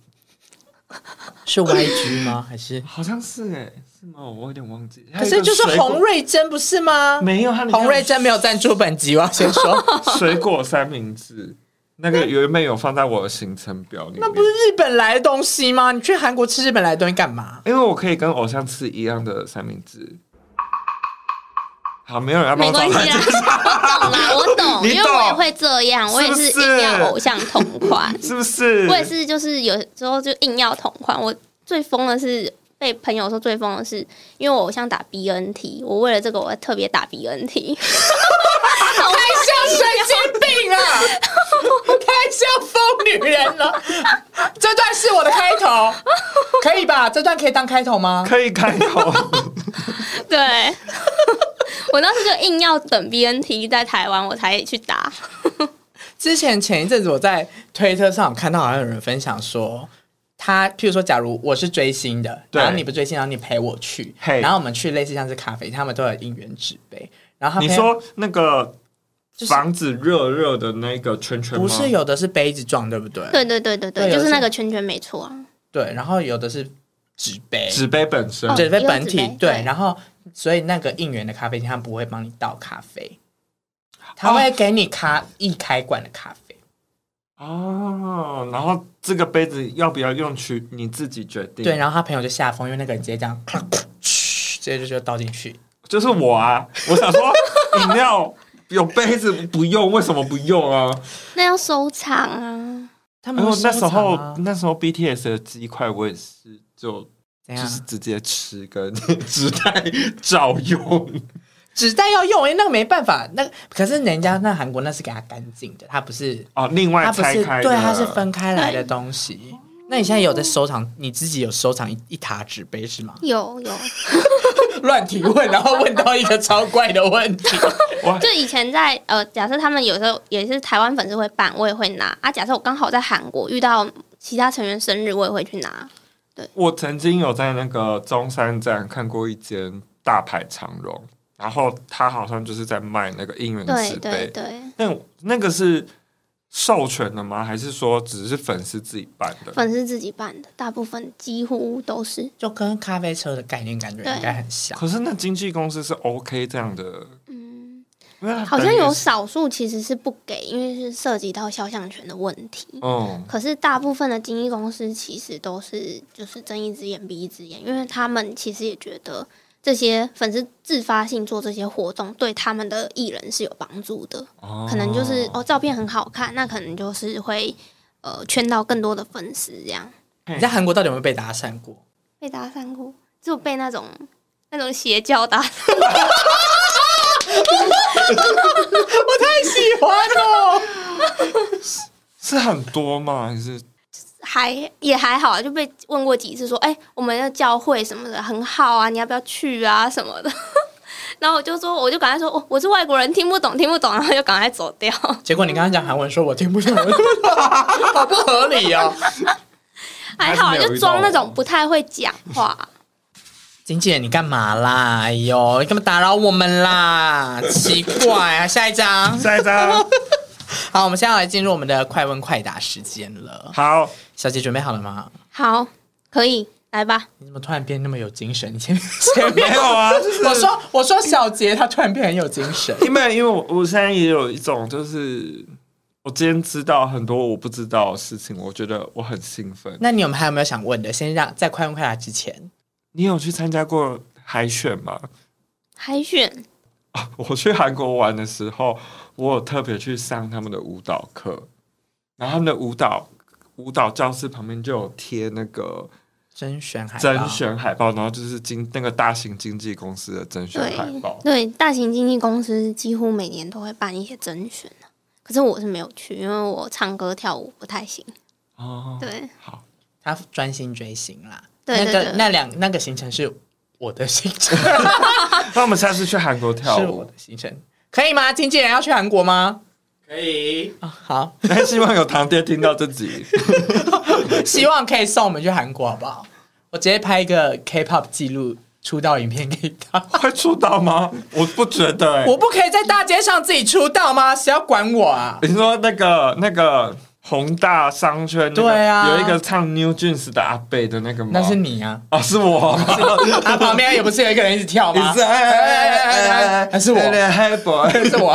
Speaker 3: 是 YG
Speaker 2: (laughs)
Speaker 3: 吗？还是？
Speaker 1: 好像是哎、是吗？我有点忘记。
Speaker 3: 可是就是洪瑞珍不是吗？
Speaker 1: 没有它里面有
Speaker 3: 洪瑞珍没有赞助本集，我要先说，
Speaker 2: (laughs)
Speaker 1: 水果三明治，那个原本有放在我的行程表里面，
Speaker 3: 那不是日本来的东西吗？你去韩国吃日本来的东西干嘛？
Speaker 1: 因为我可以跟偶像吃一样的三明治。好，没有人要帮
Speaker 2: 没
Speaker 1: 我找
Speaker 2: 关系啊
Speaker 1: 台阶
Speaker 2: 啦，我懂啦，我懂，
Speaker 1: 你
Speaker 2: 因为我也
Speaker 1: 懂
Speaker 2: 会这样，我也
Speaker 1: 是不
Speaker 2: 是
Speaker 1: 是
Speaker 2: 硬要偶像同款。
Speaker 1: 是不是？
Speaker 2: 我也是，就是有时候就硬要同款。我最疯的是被朋友说最疯的是，因为我偶像打 BNT，我为了这个我还特别打 (laughs) BNT，好
Speaker 3: 太像神经病了，
Speaker 2: (laughs)
Speaker 3: 太像啊疯女人了。这段是我的开头，可以吧？这段可以当开头吗？
Speaker 1: 可以开
Speaker 3: (laughs)
Speaker 1: 口。
Speaker 2: 对。 (laughs) 我当时就硬要等 BNT 在台湾，我才去打。
Speaker 3: 之前前一阵子我在推特上有看到，好像有人分享说，他譬如说，假如我是追星的，
Speaker 1: 对
Speaker 3: 然后你不追星，然后你陪我去，
Speaker 1: 嘿
Speaker 3: 然后我们去类似像是咖啡，他们都有应援纸杯，然后他
Speaker 1: 你
Speaker 3: 陪
Speaker 1: 说那个
Speaker 3: 就是
Speaker 1: 防止热热的那个圈圈吗
Speaker 3: 不是有的是杯子状，对不对？
Speaker 2: 对对对对对，
Speaker 3: 对
Speaker 2: 就是
Speaker 3: 有
Speaker 2: 那
Speaker 3: 是
Speaker 2: 个圈圈没错啊。
Speaker 3: 对，然后有的是纸杯，
Speaker 1: 纸杯本身？
Speaker 2: 哦
Speaker 3: 纸杯
Speaker 2: 也有
Speaker 3: 本
Speaker 2: 纸
Speaker 3: 体
Speaker 2: 杯
Speaker 3: 对，
Speaker 2: 对
Speaker 3: 然后所以那个应援的咖啡厅，他不会帮你倒咖啡，他会给你咖一开罐的咖啡。嗯
Speaker 1: 哦，然后这个杯子要不要用取你自己决定。
Speaker 3: 对，，然后他朋友就吓疯，因为那个人直接这样， (coughs) 咔咔嘘直接就就倒进去。
Speaker 1: 就是我啊，我想说 (laughs) 饮料有杯子不用，为什么不用啊？
Speaker 2: 那要收藏啊，？
Speaker 3: 他们
Speaker 1: 然后
Speaker 3: 会
Speaker 1: 那
Speaker 3: 收
Speaker 1: 时
Speaker 3: 藏
Speaker 1: 候、
Speaker 3: 啊
Speaker 1: 那时候 BTS 的鸡块我也是就。
Speaker 3: 怎
Speaker 1: 就是
Speaker 3: 样？
Speaker 1: 直接吃跟 (laughs) 纸袋照用，
Speaker 3: 纸袋要用，哎、那个没办法，那个可是人家那韩国那是给它干净的，它不是，
Speaker 1: 哦，另
Speaker 3: 它
Speaker 1: 外
Speaker 3: 不
Speaker 1: 拆
Speaker 3: 是，
Speaker 1: 开的，
Speaker 3: 对，它是分开来的东西。那你现在有在收藏？你自己有收藏一一沓纸杯是吗
Speaker 2: 有有，
Speaker 3: 乱提问，然后问到一个超怪的问题。
Speaker 1: 哇，
Speaker 2: 就以前在呃，假设他们有时候也是台湾粉丝会办，我也会拿啊。假设我刚好在韩国遇到其他成员生日，我也会去拿。
Speaker 1: 我曾经有在那个中山站看过一间大排长龙，然后他好像就是在卖那个应援
Speaker 2: 对
Speaker 1: 纸
Speaker 2: 对
Speaker 1: 杯，
Speaker 2: 对。
Speaker 1: 那那个是授权的吗？还是说只是粉丝自己办的？
Speaker 2: 粉丝自己办的，大部分几乎都是。
Speaker 3: (laughs) 就跟咖啡车的概念感觉
Speaker 2: 对
Speaker 3: 应该很像。
Speaker 1: 可是那经纪公司是 OK 这样的，
Speaker 2: 嗯，
Speaker 1: 因为它
Speaker 2: 好像
Speaker 1: 等于
Speaker 2: 有
Speaker 1: 是
Speaker 2: 少数其实是不给，因为是涉及到肖像权的问题。
Speaker 1: 嗯，
Speaker 2: 可是大部分的经纪公司其实都是就是睁一只眼闭一只眼，因为他们其实也觉得这些粉丝自发性做这些活动对他们的艺人是有帮助的。
Speaker 1: 哦
Speaker 2: 可能就是哦，照片很好看，那可能就是会呃圈到更多的粉丝这样。
Speaker 3: 你在韩国到底有没有被搭讪过？
Speaker 2: 被搭讪过，就被那种那种邪教搭讪。
Speaker 3: 我太喜欢了，哦
Speaker 1: (laughs) 是很多吗？还是
Speaker 2: 还也还好，就被问过几次说，哎、我们的教会什么的很好啊，你要不要去啊什么的。 (laughs) 然后我就说，我就赶快说，哦，我是外国人，听不懂，听不懂，然后就赶快走掉。 (laughs)
Speaker 3: 结果你刚刚讲韩文，说我听不懂， (laughs) 好不合理哦。
Speaker 2: 还好，
Speaker 1: 还是没有
Speaker 2: 就
Speaker 1: 遇到
Speaker 2: 装那
Speaker 1: 我
Speaker 2: 种不太会讲话。
Speaker 3: 金姐，你干嘛啦？哎呦，你干嘛打扰我们 (laughs) 啦？奇怪啊！下一张，
Speaker 1: 下一张，
Speaker 3: 好，我们现在来进入我们的快问快答时间了。
Speaker 1: (laughs) 好，
Speaker 3: 小姐准备好了吗？
Speaker 2: (laughs) 好，可以来吧。
Speaker 3: 你怎么突然变那么有精神？你前面前
Speaker 1: 没
Speaker 3: 面
Speaker 1: 有啊，就是
Speaker 3: (laughs) 我说我说小杰她突然变很有精神，
Speaker 1: (laughs) 因为因为我我现在也有一种就是。我今天知道很多我不知道的事情，我觉得我很兴奋。
Speaker 3: (laughs) 那你有还有没有想问的？先让在快问快答之前，
Speaker 1: 你有去参加过海选吗？
Speaker 2: 海选
Speaker 1: 我去韩国玩的时候，我有特别去上他们的舞蹈课，然后他们的舞蹈舞蹈教室旁边就有贴那个
Speaker 3: 甄选海报
Speaker 1: 甄选海报，然后就是经那个大型经纪公司的甄选
Speaker 2: 对
Speaker 1: 海报。
Speaker 2: 对大型经纪公司几乎每年都会办一些甄选啊可是我是没有去，因为我唱歌跳舞不太行。
Speaker 1: 哦，
Speaker 2: 对
Speaker 1: 好，
Speaker 3: 他专心追星啦。
Speaker 2: 对对
Speaker 3: 那
Speaker 2: 对
Speaker 3: 个那两那个行程是我的行 (laughs) 程，
Speaker 1: 那我们下次去韩国跳
Speaker 3: 是我
Speaker 1: 舞
Speaker 3: 的，行程，可以吗？经纪人要去韩国吗？
Speaker 6: 可以，
Speaker 3: 啊，好，
Speaker 1: 但希望有堂爹听到这集。
Speaker 3: 希望可以送我们去韩国，好不好？我直接拍一个 K-pop 记录出道影片给他。
Speaker 1: 会出道吗？我不觉得、欸。
Speaker 3: 我不可以在大街上自己出道吗？谁要管我啊？
Speaker 1: 你说那个那个宏大商圈、那个
Speaker 3: 对啊
Speaker 1: 有一个唱 New Jeans 的阿贝的那个吗？
Speaker 3: 那是你啊！
Speaker 1: 啊，是我。
Speaker 3: 啊，旁边也不是有一个人一直跳吗？
Speaker 1: 哎哎哎哎
Speaker 3: 还是我
Speaker 1: 嗨 boy。
Speaker 3: 是我。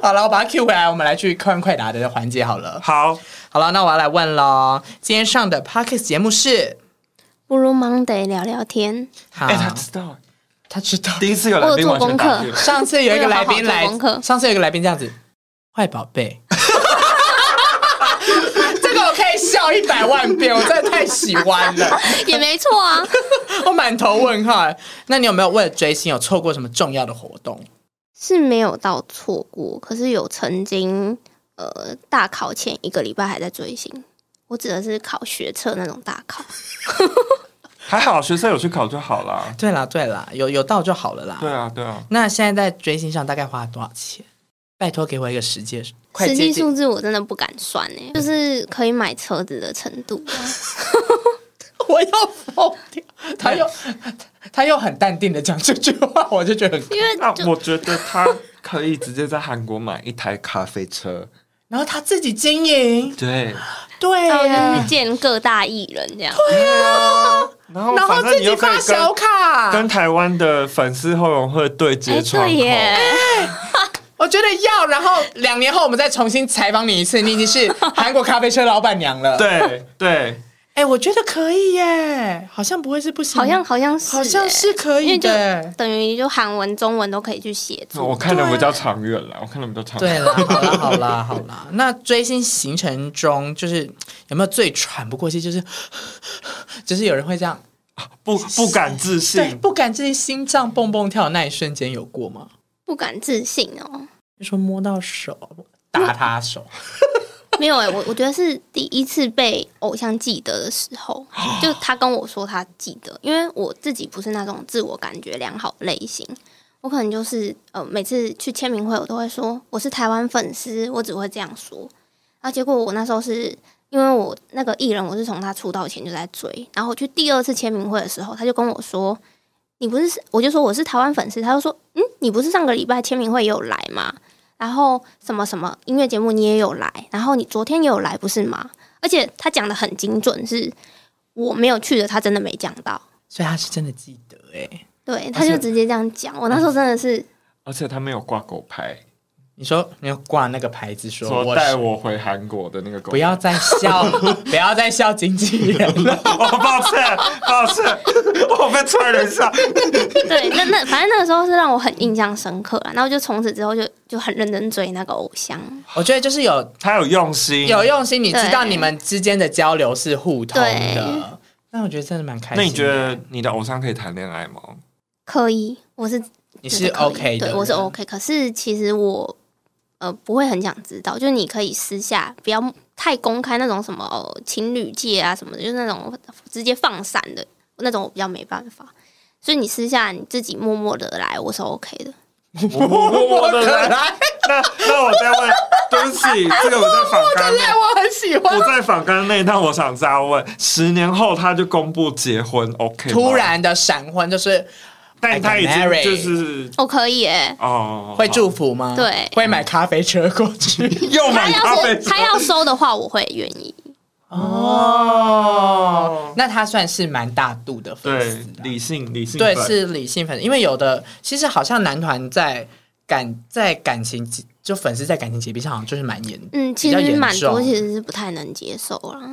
Speaker 3: 好了，我把它 Q 回来，我们来去快问快答的环节好了。
Speaker 1: 好，
Speaker 3: 好了，那我要来问喽。今天上的 Podcast 节目是，
Speaker 2: 不如 Monday 聊聊 (laughs) 天。
Speaker 3: 好，
Speaker 1: 哎，他知道，
Speaker 3: 他知道。
Speaker 1: 第一次有来宾完全打
Speaker 2: 我有做功
Speaker 1: 脸
Speaker 2: 课。
Speaker 3: 上次有一个来宾
Speaker 2: 为了好好
Speaker 3: 来
Speaker 2: 做功，课
Speaker 3: 上次有一个来宾这样子，坏宝贝。 (laughs) 这个我可以笑一百万遍，我真的太喜欢了，
Speaker 2: 也没错啊。
Speaker 3: 我满头问号。那你有没有为了追星有错过什么重要的活动？
Speaker 2: 是没有到错过，可是有曾经呃大考前一个礼拜还在追星。我指的是考学测那种大考，
Speaker 1: 还好学生有去考就好啦。
Speaker 3: 对啦对啦，有有到就好了啦。
Speaker 1: 对啊，对啊，
Speaker 3: 那现在在追星上大概花了多少钱？拜托给我一个实际，快
Speaker 2: 实
Speaker 3: 接
Speaker 2: 际数
Speaker 3: 近
Speaker 2: 字我真的不敢算哎、就是可以买车子的程度啊、
Speaker 3: 我要疯掉！他又他又很淡定的讲这句话，我就觉得很。
Speaker 2: 因为
Speaker 1: 那
Speaker 2: 就
Speaker 1: 我觉得他可以直接在韩国买一台咖啡车。
Speaker 3: 然后他自己经营，
Speaker 1: 对，
Speaker 3: 对
Speaker 2: 然后
Speaker 3: 耶
Speaker 2: 哦就是见各大艺人这样，
Speaker 1: 嗯然后
Speaker 3: 然后
Speaker 1: 哦反正
Speaker 3: 自
Speaker 1: 你
Speaker 3: 己
Speaker 1: 又可
Speaker 3: 发
Speaker 1: 以
Speaker 3: 小
Speaker 1: 跟
Speaker 3: 卡
Speaker 1: 跟，台湾的粉丝后援会对接窗
Speaker 2: 哎对
Speaker 1: 口。
Speaker 2: 耶，
Speaker 3: 我觉得要。然后两年后我们再重新采访你一次，你已经是韩国咖啡车老板娘
Speaker 1: (laughs)
Speaker 3: 了。，
Speaker 1: 对对，
Speaker 3: 哎，我觉得可以耶，好像不会是不行，
Speaker 2: 好像好像是、欸
Speaker 3: 好像是可
Speaker 2: 因为
Speaker 3: 以
Speaker 2: 就
Speaker 3: 的。哦
Speaker 2: 等于就韩文、中文都可以去写作。
Speaker 1: 我看的比较长远了，我看的比较长远。
Speaker 3: 对啦，好啦，好啦，好啦。那追星行程中，就是有没有最喘不过气？就是， (sighs) 就是有人会这样，
Speaker 1: 不不敢置
Speaker 3: 对，
Speaker 1: 信，
Speaker 3: 不敢自己心脏蹦蹦跳的那一瞬间有过吗？
Speaker 2: 不敢自信哦，
Speaker 3: 就说摸到手，打他手，
Speaker 2: (laughs) 没有哎、我我觉得是第一次被偶像记得的时候，就他跟我说他记得，因为我自己不是那种自我感觉良好的类型，我可能就是呃每次去签名会，我都会说我是台湾粉丝，我只会这样说。然后结果我那时候是因为我那个艺人，我是从他出道前就在追，然后我去第二次签名会的时候，他就跟我说。你不是，我就说我是台湾粉丝，他就说，嗯，你不是上个礼拜签名会也有来吗？然后什么什么音乐节目你也有来，然后你昨天也有来，不是吗？而且他讲的很精准，是我没有去的，他真的没讲到。
Speaker 3: 所以他是真的记得哎、
Speaker 2: 对，他就直接这样讲。我那时候真的是，
Speaker 1: 而且他没有挂狗牌，
Speaker 3: 你说你要挂那个牌子说，
Speaker 1: 说
Speaker 3: 我
Speaker 1: 带
Speaker 3: 是
Speaker 1: 我回韩国的那个狗牌。
Speaker 3: 不要再笑，
Speaker 1: (laughs)
Speaker 3: 不要再笑经纪人了。
Speaker 1: 哦，抱歉，抱歉，我被踹了一
Speaker 3: (laughs)
Speaker 1: 下。
Speaker 2: 对，那那反正那个时候是让我很印象深刻啊啦。然后就从此之后就就很认真追那个偶像。
Speaker 3: 我觉得就是有
Speaker 1: 他有用心，
Speaker 3: 有。用心，你知道
Speaker 2: 对
Speaker 3: 你们之间的交流是互通的
Speaker 2: 对。
Speaker 3: 那我觉得真的蛮开心的。
Speaker 1: 那你觉得你的偶像可以谈恋爱
Speaker 3: (laughs)
Speaker 1: 吗？
Speaker 2: 可以，我是
Speaker 3: 你
Speaker 2: 觉
Speaker 3: 是
Speaker 2: 得可以
Speaker 3: OK 的
Speaker 2: 对
Speaker 3: 人？
Speaker 2: 我是 OK。可是其实我呃不会很想知道，就是你可以私下不要太公开那种什么、哦情侣界啊什么的，就是那种直接放闪的那种，我比较没办法。所以你私下你自己默默的来，我是 OK 的。
Speaker 1: 我默默的来。那那我再问，对不起，这个我在访刚内，
Speaker 3: 我很喜欢
Speaker 1: 我在访刚内，那我想再问，十年后他就公布结婚，OK？吗
Speaker 3: 突，然的闪婚，就是
Speaker 1: 但他已
Speaker 3: I
Speaker 1: 经
Speaker 3: got married
Speaker 1: 就是
Speaker 2: 我、可以耶、
Speaker 1: 哦，
Speaker 3: 会祝福吗？
Speaker 2: 对
Speaker 3: 会买咖啡车过去。
Speaker 2: (laughs)
Speaker 1: 又
Speaker 2: 他
Speaker 1: 买咖
Speaker 2: 要
Speaker 1: 啡
Speaker 2: 是他要收的话，我会愿意。
Speaker 3: 哦，那他算是蛮大度的粉
Speaker 1: 对
Speaker 3: 丝啦，
Speaker 1: 理性理性
Speaker 3: 对
Speaker 1: 粉
Speaker 3: 是理性粉丝，因为有的其实好像男团在感在感情就粉丝在感情洁癖上好像就是蛮严，
Speaker 2: 嗯，
Speaker 3: 比
Speaker 2: 其
Speaker 3: 较
Speaker 2: 实
Speaker 3: 严
Speaker 2: 蛮多
Speaker 3: 重
Speaker 2: 其实是不太能接受啦，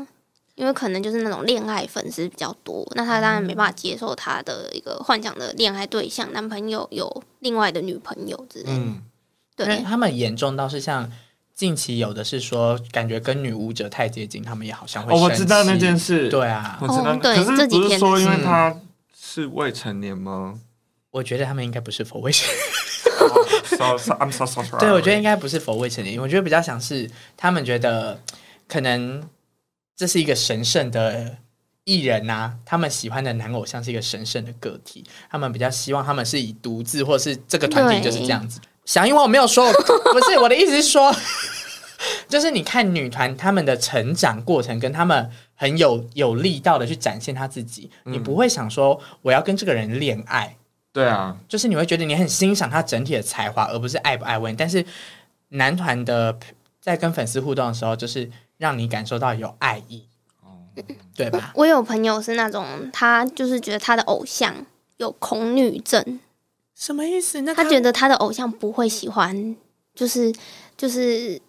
Speaker 2: 因为可能就是那种恋爱粉丝比较多，那他当然没办法接受他的一个幻想的恋爱对象男朋友有另外的女朋友之类的。
Speaker 1: 嗯，
Speaker 3: 因为
Speaker 2: 对，
Speaker 3: 他们严重到是像近期有的是说感觉跟女舞者太接近，他们也好像会
Speaker 1: 哦，我
Speaker 3: 生
Speaker 1: 知道那
Speaker 3: 气
Speaker 1: 件事，
Speaker 3: 对啊
Speaker 1: 我，知道
Speaker 2: 哦，对
Speaker 1: 可是
Speaker 2: 这几
Speaker 1: 不是
Speaker 2: 天
Speaker 1: 说因为
Speaker 3: 嗯
Speaker 1: 他是未成年 (laughs) 吗
Speaker 3: 我觉得他们应该不是否未成年，
Speaker 1: ？So so I'm so sorry。
Speaker 3: 对我觉得应该不是否未成年，我觉得比较像是他们觉得可能这是一个神圣的艺人呐、啊他们喜欢的男偶像是一个神圣的个体，他们比较希望他们是以独自或是这个团体就是这样子。想，嗯因为我没有说， (laughs) 不是我的意思是说，就是你看女团她们的成长过程，跟她们很有有力道的去展现她自己，你不会想说我要跟这个人恋爱，
Speaker 1: 对啊，
Speaker 3: 就是你会觉得你很欣赏他整体的才华，而不是爱不爱问。但是男团的在跟粉丝互动的时候，就是让你感受到有爱意，
Speaker 1: 哦
Speaker 3: 对吧？
Speaker 2: 我有朋友是那种他就是觉得他的偶像有恐女症，
Speaker 3: 什么意思？那
Speaker 2: 他觉得他的偶像不会喜欢，就是就是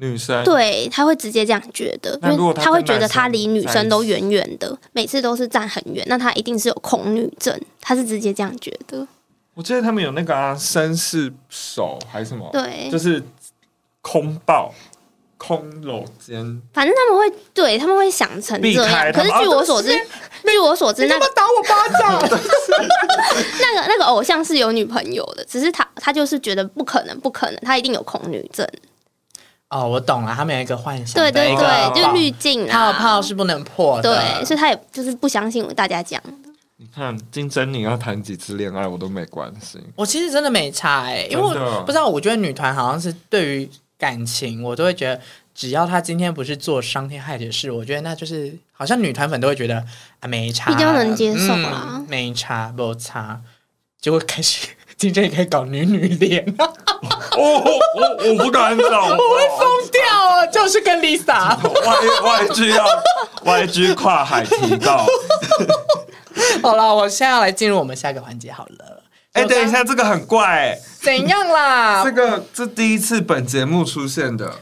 Speaker 1: 女生
Speaker 2: 对，他会直接这样觉得，
Speaker 1: 那如
Speaker 2: 因
Speaker 1: 果
Speaker 2: 为
Speaker 1: 他
Speaker 2: 他会
Speaker 1: 跟
Speaker 2: 觉
Speaker 1: 男
Speaker 2: 得他
Speaker 1: 生
Speaker 2: 离女
Speaker 1: 在一
Speaker 2: 生都
Speaker 1: 起
Speaker 2: 远远的，每次都是站很远，那他一定是有恐女症，他是直接这样觉得。
Speaker 1: 我记得他们有那个啊，绅士手还是什么？
Speaker 2: 对
Speaker 1: 就是空抱、空搂肩。
Speaker 2: 反正他们会对他们会想成这
Speaker 1: 避开
Speaker 2: 样，
Speaker 1: 他
Speaker 2: 可是
Speaker 1: 们
Speaker 2: 据
Speaker 1: 哦
Speaker 2: 我所知，据我所知，那个
Speaker 3: 打我巴掌？
Speaker 2: (laughs) 那个那个偶像是有女朋友的，只是他他就是觉得不可能，不可能，他一定有恐女症。
Speaker 3: 哦，我懂了，他们有一个幻想
Speaker 2: 对
Speaker 3: 的
Speaker 2: 对
Speaker 3: 一个
Speaker 2: 对，就
Speaker 3: 泡
Speaker 2: 是滤镜
Speaker 3: 泡
Speaker 2: 啊，
Speaker 3: 泡是不能破的。
Speaker 2: 对，所以他也就是不相信大家讲。
Speaker 1: 你看金珍妮要谈几次恋爱，我都没关系。
Speaker 3: 我其实真的没差哎、因为
Speaker 1: 真
Speaker 3: 我
Speaker 1: 的
Speaker 3: 不知道，我觉得女团好像是对于感情，我都会觉得，只要她今天不是做伤天害理的事，我觉得那就是好像女团粉都会觉得啊没差，
Speaker 2: 比较能接受啦
Speaker 3: 嗯没差不差，结果开始今天也可以搞女女
Speaker 1: (laughs)
Speaker 3: 恋，疯
Speaker 1: 哦，我我不敢走，我会
Speaker 3: 掉啊！就是跟 Lisa，
Speaker 1: (laughs) Y Y G 要 Y G 跨海提
Speaker 3: (laughs)
Speaker 1: 高。
Speaker 3: 好了，我现在要来进入我们下一个环节好了。
Speaker 1: 哎、等一，下，这个很怪、
Speaker 3: 怎样
Speaker 1: 哎，
Speaker 3: 啦
Speaker 1: 这？个这第一次本节目出现的，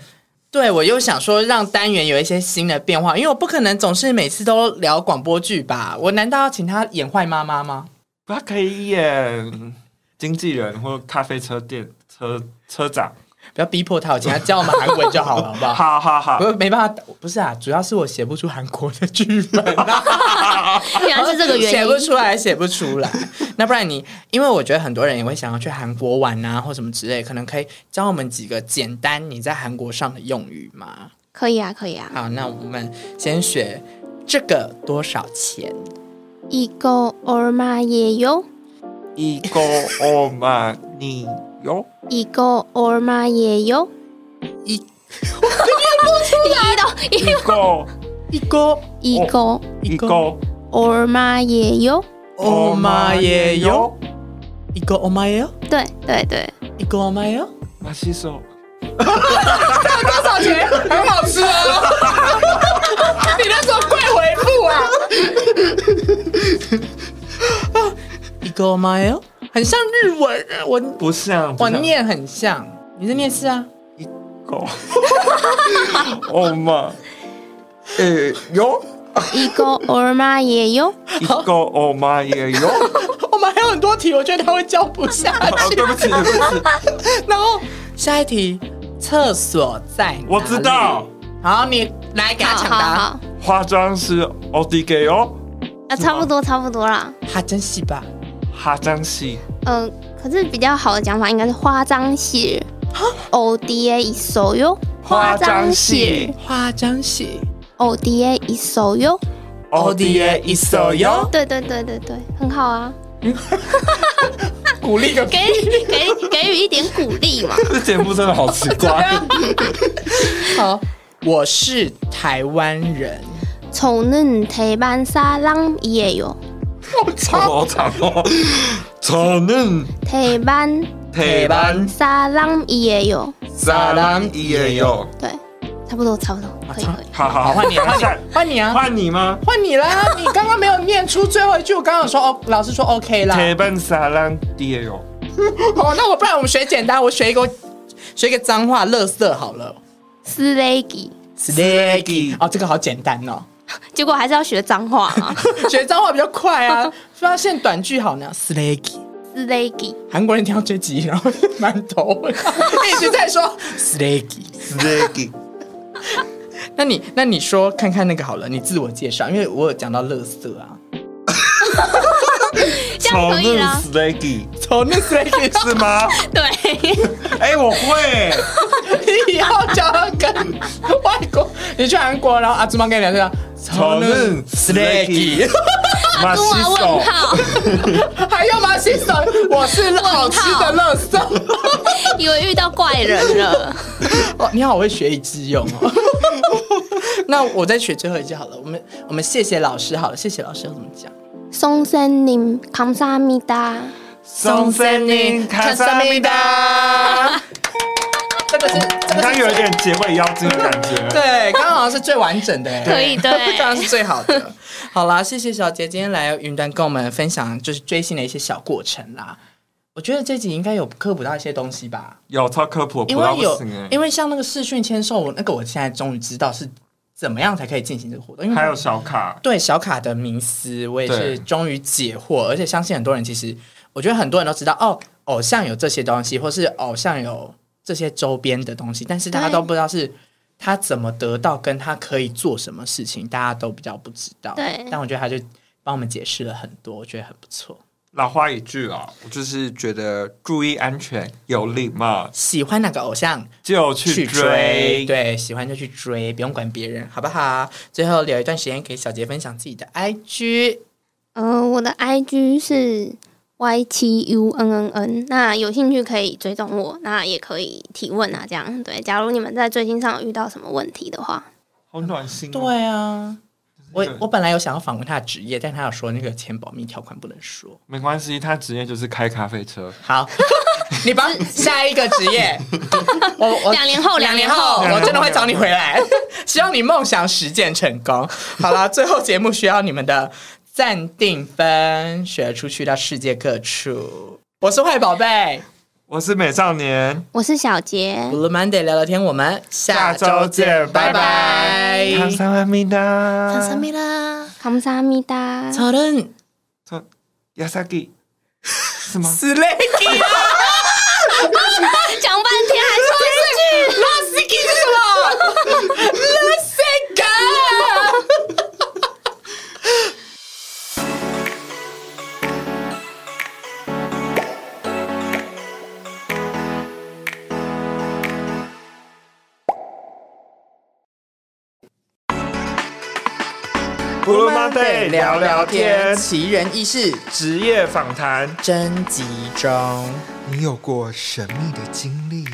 Speaker 3: 对，我又想说让单元有一些新的变化，因为我不可能总是每次都聊广播剧吧？我难道要请他演坏妈妈吗？
Speaker 1: 他可以演经纪人或咖啡车店车车长。
Speaker 3: 不要逼迫他，我请他教我们韩文就好了，好不好？
Speaker 1: 好好好
Speaker 3: 不，是没办法，不是啊，主要是我写不出韩国的剧本、啊，
Speaker 2: (laughs) 原来是这个原
Speaker 3: (laughs) 写不
Speaker 2: 因。
Speaker 3: 出来，写不出来。那不然你，因为我觉得很多人也会想要去韩国玩啊，或什么之类，可能可以教我们几个简单你在韩国上的用语嘛。
Speaker 2: 可以啊，可以啊。
Speaker 3: 好，那我们先学这个多少钱？
Speaker 2: 一个얼마예요？
Speaker 1: 一个欧玛尼哦哟，
Speaker 2: 一个얼마예요？
Speaker 3: 一
Speaker 2: 一
Speaker 1: 一个
Speaker 3: 一个
Speaker 2: 一一个
Speaker 1: 一个
Speaker 2: 얼마예요？
Speaker 1: 哦
Speaker 3: 欧玛哦耶哟，，一个欧玛耶哟，
Speaker 2: 对对对，
Speaker 3: 一个欧玛耶哟，
Speaker 1: 马西手，
Speaker 3: 多少钱？很好吃哦！你那时候快回复啊！一个欧玛耶哟，很像日文，我
Speaker 1: 不像
Speaker 3: 我念很像，你在念是啊？
Speaker 1: (laughs) 狗，欧
Speaker 3: (laughs)
Speaker 1: 玛，
Speaker 3: 呃
Speaker 1: 诶哟，
Speaker 2: 一个얼마예요？
Speaker 1: 一个欧玛哦耶哟，
Speaker 3: 我们还有很多题，我觉得他会教不下
Speaker 1: (laughs) 哦，
Speaker 3: 去
Speaker 1: 对。不起对不起，
Speaker 3: 然后下一题，厕所在哪里
Speaker 1: 我知道。
Speaker 3: 好，你来给他抢
Speaker 2: 好好
Speaker 3: 答。
Speaker 2: 好
Speaker 1: 化妆师奥迪给哦哟，
Speaker 2: 啊，差不多差不多啦。
Speaker 3: 哈真细吧？
Speaker 1: 化妆师
Speaker 2: 嗯、可是比较好的讲法应该是花张喜，哦，D A 一手哟，花章喜
Speaker 3: 花章喜
Speaker 2: 哦 d a 一首哟。
Speaker 1: 哦
Speaker 3: ，ODA 一首哟，
Speaker 2: 对对对对对，很好啊，
Speaker 3: 鼓励个屁
Speaker 2: (laughs) 给给给予一点鼓励嘛。
Speaker 1: 这节目真的好奇怪。 (laughs)
Speaker 3: 好，我是台湾
Speaker 1: (laughs)
Speaker 3: 人，
Speaker 2: 从恁台湾沙浪也有，
Speaker 1: 好长哦，저는
Speaker 2: 台湾
Speaker 1: 대만
Speaker 2: 沙浪也有，
Speaker 1: 사람이에요。
Speaker 2: 对，差不多差不多，可以可以。
Speaker 1: 好好
Speaker 3: 好换你啊，换你啊
Speaker 1: 换，(laughs)
Speaker 3: 换你啊，
Speaker 1: 换你吗？
Speaker 3: 换你啦！你刚刚没有念出最后一句，我刚刚有说 (laughs) 哦，老师说 OK 啦。
Speaker 1: 대만사람이에요。
Speaker 3: 哦，那我不然我们学简单，我学一个学一个脏话，垃圾好了。
Speaker 2: 斯雷吉，
Speaker 1: Slaggy
Speaker 3: 哦，这个好简单哦，
Speaker 2: 结果还是要学脏话啊。
Speaker 3: 学脏话比较快 (laughs) 啊。发现短句好呢，slaggy。
Speaker 2: 斯雷吉，
Speaker 3: 韩国人听到这集，然后满 (laughs) 头一直在说 slaggy。
Speaker 1: Slaggy
Speaker 3: 那你那你说看看那个好了，你自我介绍，因为我有讲到垃圾啊，
Speaker 2: 这样可以啦。
Speaker 1: Slaggy
Speaker 3: 从那 slaggy
Speaker 1: 是吗？
Speaker 2: 对，
Speaker 1: 哎，我 (laughs) 会。
Speaker 3: (laughs) 你以后就要跟外国，你去韩国，然后阿朱妈跟你聊天，啊
Speaker 1: 저는
Speaker 2: (laughs)
Speaker 1: 马
Speaker 2: 中
Speaker 1: 西
Speaker 2: 华
Speaker 1: 手
Speaker 2: 问，号，
Speaker 3: (laughs) 还要吗？ (laughs) 新手，我是好吃的垃 (laughs) 圾。
Speaker 2: 以为遇到怪人了。
Speaker 3: 哇，哦你好会学以致用哦。 (laughs) 那我再学最后一句好了，我们我们谢谢老师好了，谢谢老师要怎么讲？
Speaker 2: 松森林，康萨米达，
Speaker 1: 松森林卡萨米达。
Speaker 3: (laughs) 这个是这
Speaker 1: 刚
Speaker 3: 个
Speaker 1: 刚
Speaker 3: 是
Speaker 1: 有一点结尾妖精的感觉。
Speaker 3: 对，刚刚好像是最完整的欸，
Speaker 2: (laughs) 可以对
Speaker 3: (laughs) 刚刚是最好的。好啦，谢谢小杰今天来云端跟我们分享就是追星的一些小过程啦。我觉得这集应该有科普到一些东西吧，
Speaker 1: 有超科普，我
Speaker 3: 因
Speaker 1: 不到
Speaker 3: 为
Speaker 1: 不
Speaker 3: 有
Speaker 1: 行哎，。
Speaker 3: 因为像那个视讯签售，我那个我现在终于知道是怎么样才可以进行这个活动，因为
Speaker 1: 还有小卡，
Speaker 3: 对小卡的迷思，我也
Speaker 1: 对
Speaker 3: 是终于解惑，而且相信很多人其实，我觉得很多人都知道哦，偶像有这些东西，或是偶像有这些周边的东西，但是大家
Speaker 2: 对
Speaker 3: 都不知道是他怎么得到，跟他可以做什么事情，大家都比较不知道。
Speaker 2: 对
Speaker 3: 但我觉得他就帮我们解释了很多，我觉得很不错。
Speaker 1: 老话一句啊，我就是觉得注意安全，有礼貌
Speaker 3: 喜欢哪个偶像
Speaker 1: 就去追。
Speaker 3: 对，喜欢就去追，不用管别人，好不好？最后留一段时间给小杰分享自己的 IG。
Speaker 2: 嗯、我的 IG 是 Y 七 U N N N，那有兴趣可以追踪我，那也可以提问啊，这样对。假如你们在追星上有遇到什么问题的话，
Speaker 1: 好暖心、哦。
Speaker 3: 对啊，我
Speaker 1: 这个
Speaker 3: 我本来有想要访问他的职业，但他有说那个签保密条款不能说。
Speaker 1: 没关系，他职业就是开咖啡车。
Speaker 3: (laughs) 好，你帮下一个职 (laughs) 业，我我
Speaker 2: 两年后
Speaker 3: 哦两
Speaker 2: 两
Speaker 3: 年
Speaker 2: 年
Speaker 3: 后
Speaker 2: 后
Speaker 3: 我真的会找你回来， (laughs) 希望你梦想实践成功。好啦，最后节目需要你们的暂定分，学出去到世界各处。我是坏宝贝
Speaker 1: 我是美少年，
Speaker 2: 我是小杰，
Speaker 3: ，Blue Monday 聊聊天，我们下周见，拜
Speaker 1: 拜
Speaker 3: 拜。
Speaker 1: 감사합니다
Speaker 3: 감사합니다
Speaker 2: 감사합니다
Speaker 3: 저는
Speaker 1: 저
Speaker 3: (laughs)
Speaker 1: 야사기 是吗？
Speaker 3: 슬레이
Speaker 2: (laughs) 讲半天还说一句，
Speaker 3: 拉斯基是什么？拉斯卡。
Speaker 1: b l u Monday 聊聊天，
Speaker 3: 奇人异事
Speaker 1: 职业访谈。
Speaker 3: 征集中，
Speaker 1: 你有过神秘的经历？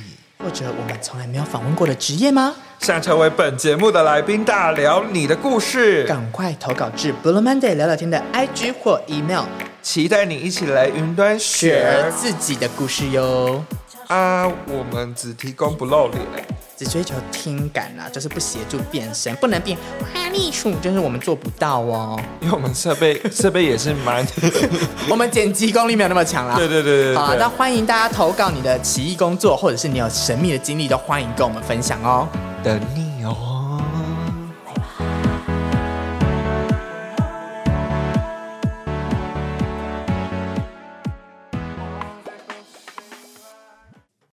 Speaker 3: 或者我们从来没有访问过的职业吗？
Speaker 1: 想成为本节目的来宾，大聊你的故事，
Speaker 3: 赶快投稿至 Blue Monday 聊聊天的 IG 或 email，
Speaker 1: 期待你一起来云端
Speaker 3: 学
Speaker 1: 学
Speaker 3: 自己的故事哟。
Speaker 1: 啊！我们只提供不露脸。
Speaker 3: 只追求听感啦、就是不协助变身，不能变花栗鼠，就是我们做不
Speaker 1: (laughs)
Speaker 3: 到哦。
Speaker 1: 因为我们设备设备也是蛮， (laughs) 对
Speaker 3: 我们剪辑功力没有那么强啦。
Speaker 1: 对对对对
Speaker 3: 好啊，
Speaker 1: 对
Speaker 3: 那。欢迎大家投稿你的奇异工作，或者是你有神秘的经历，都欢迎跟我们分享哦。
Speaker 1: 等你哦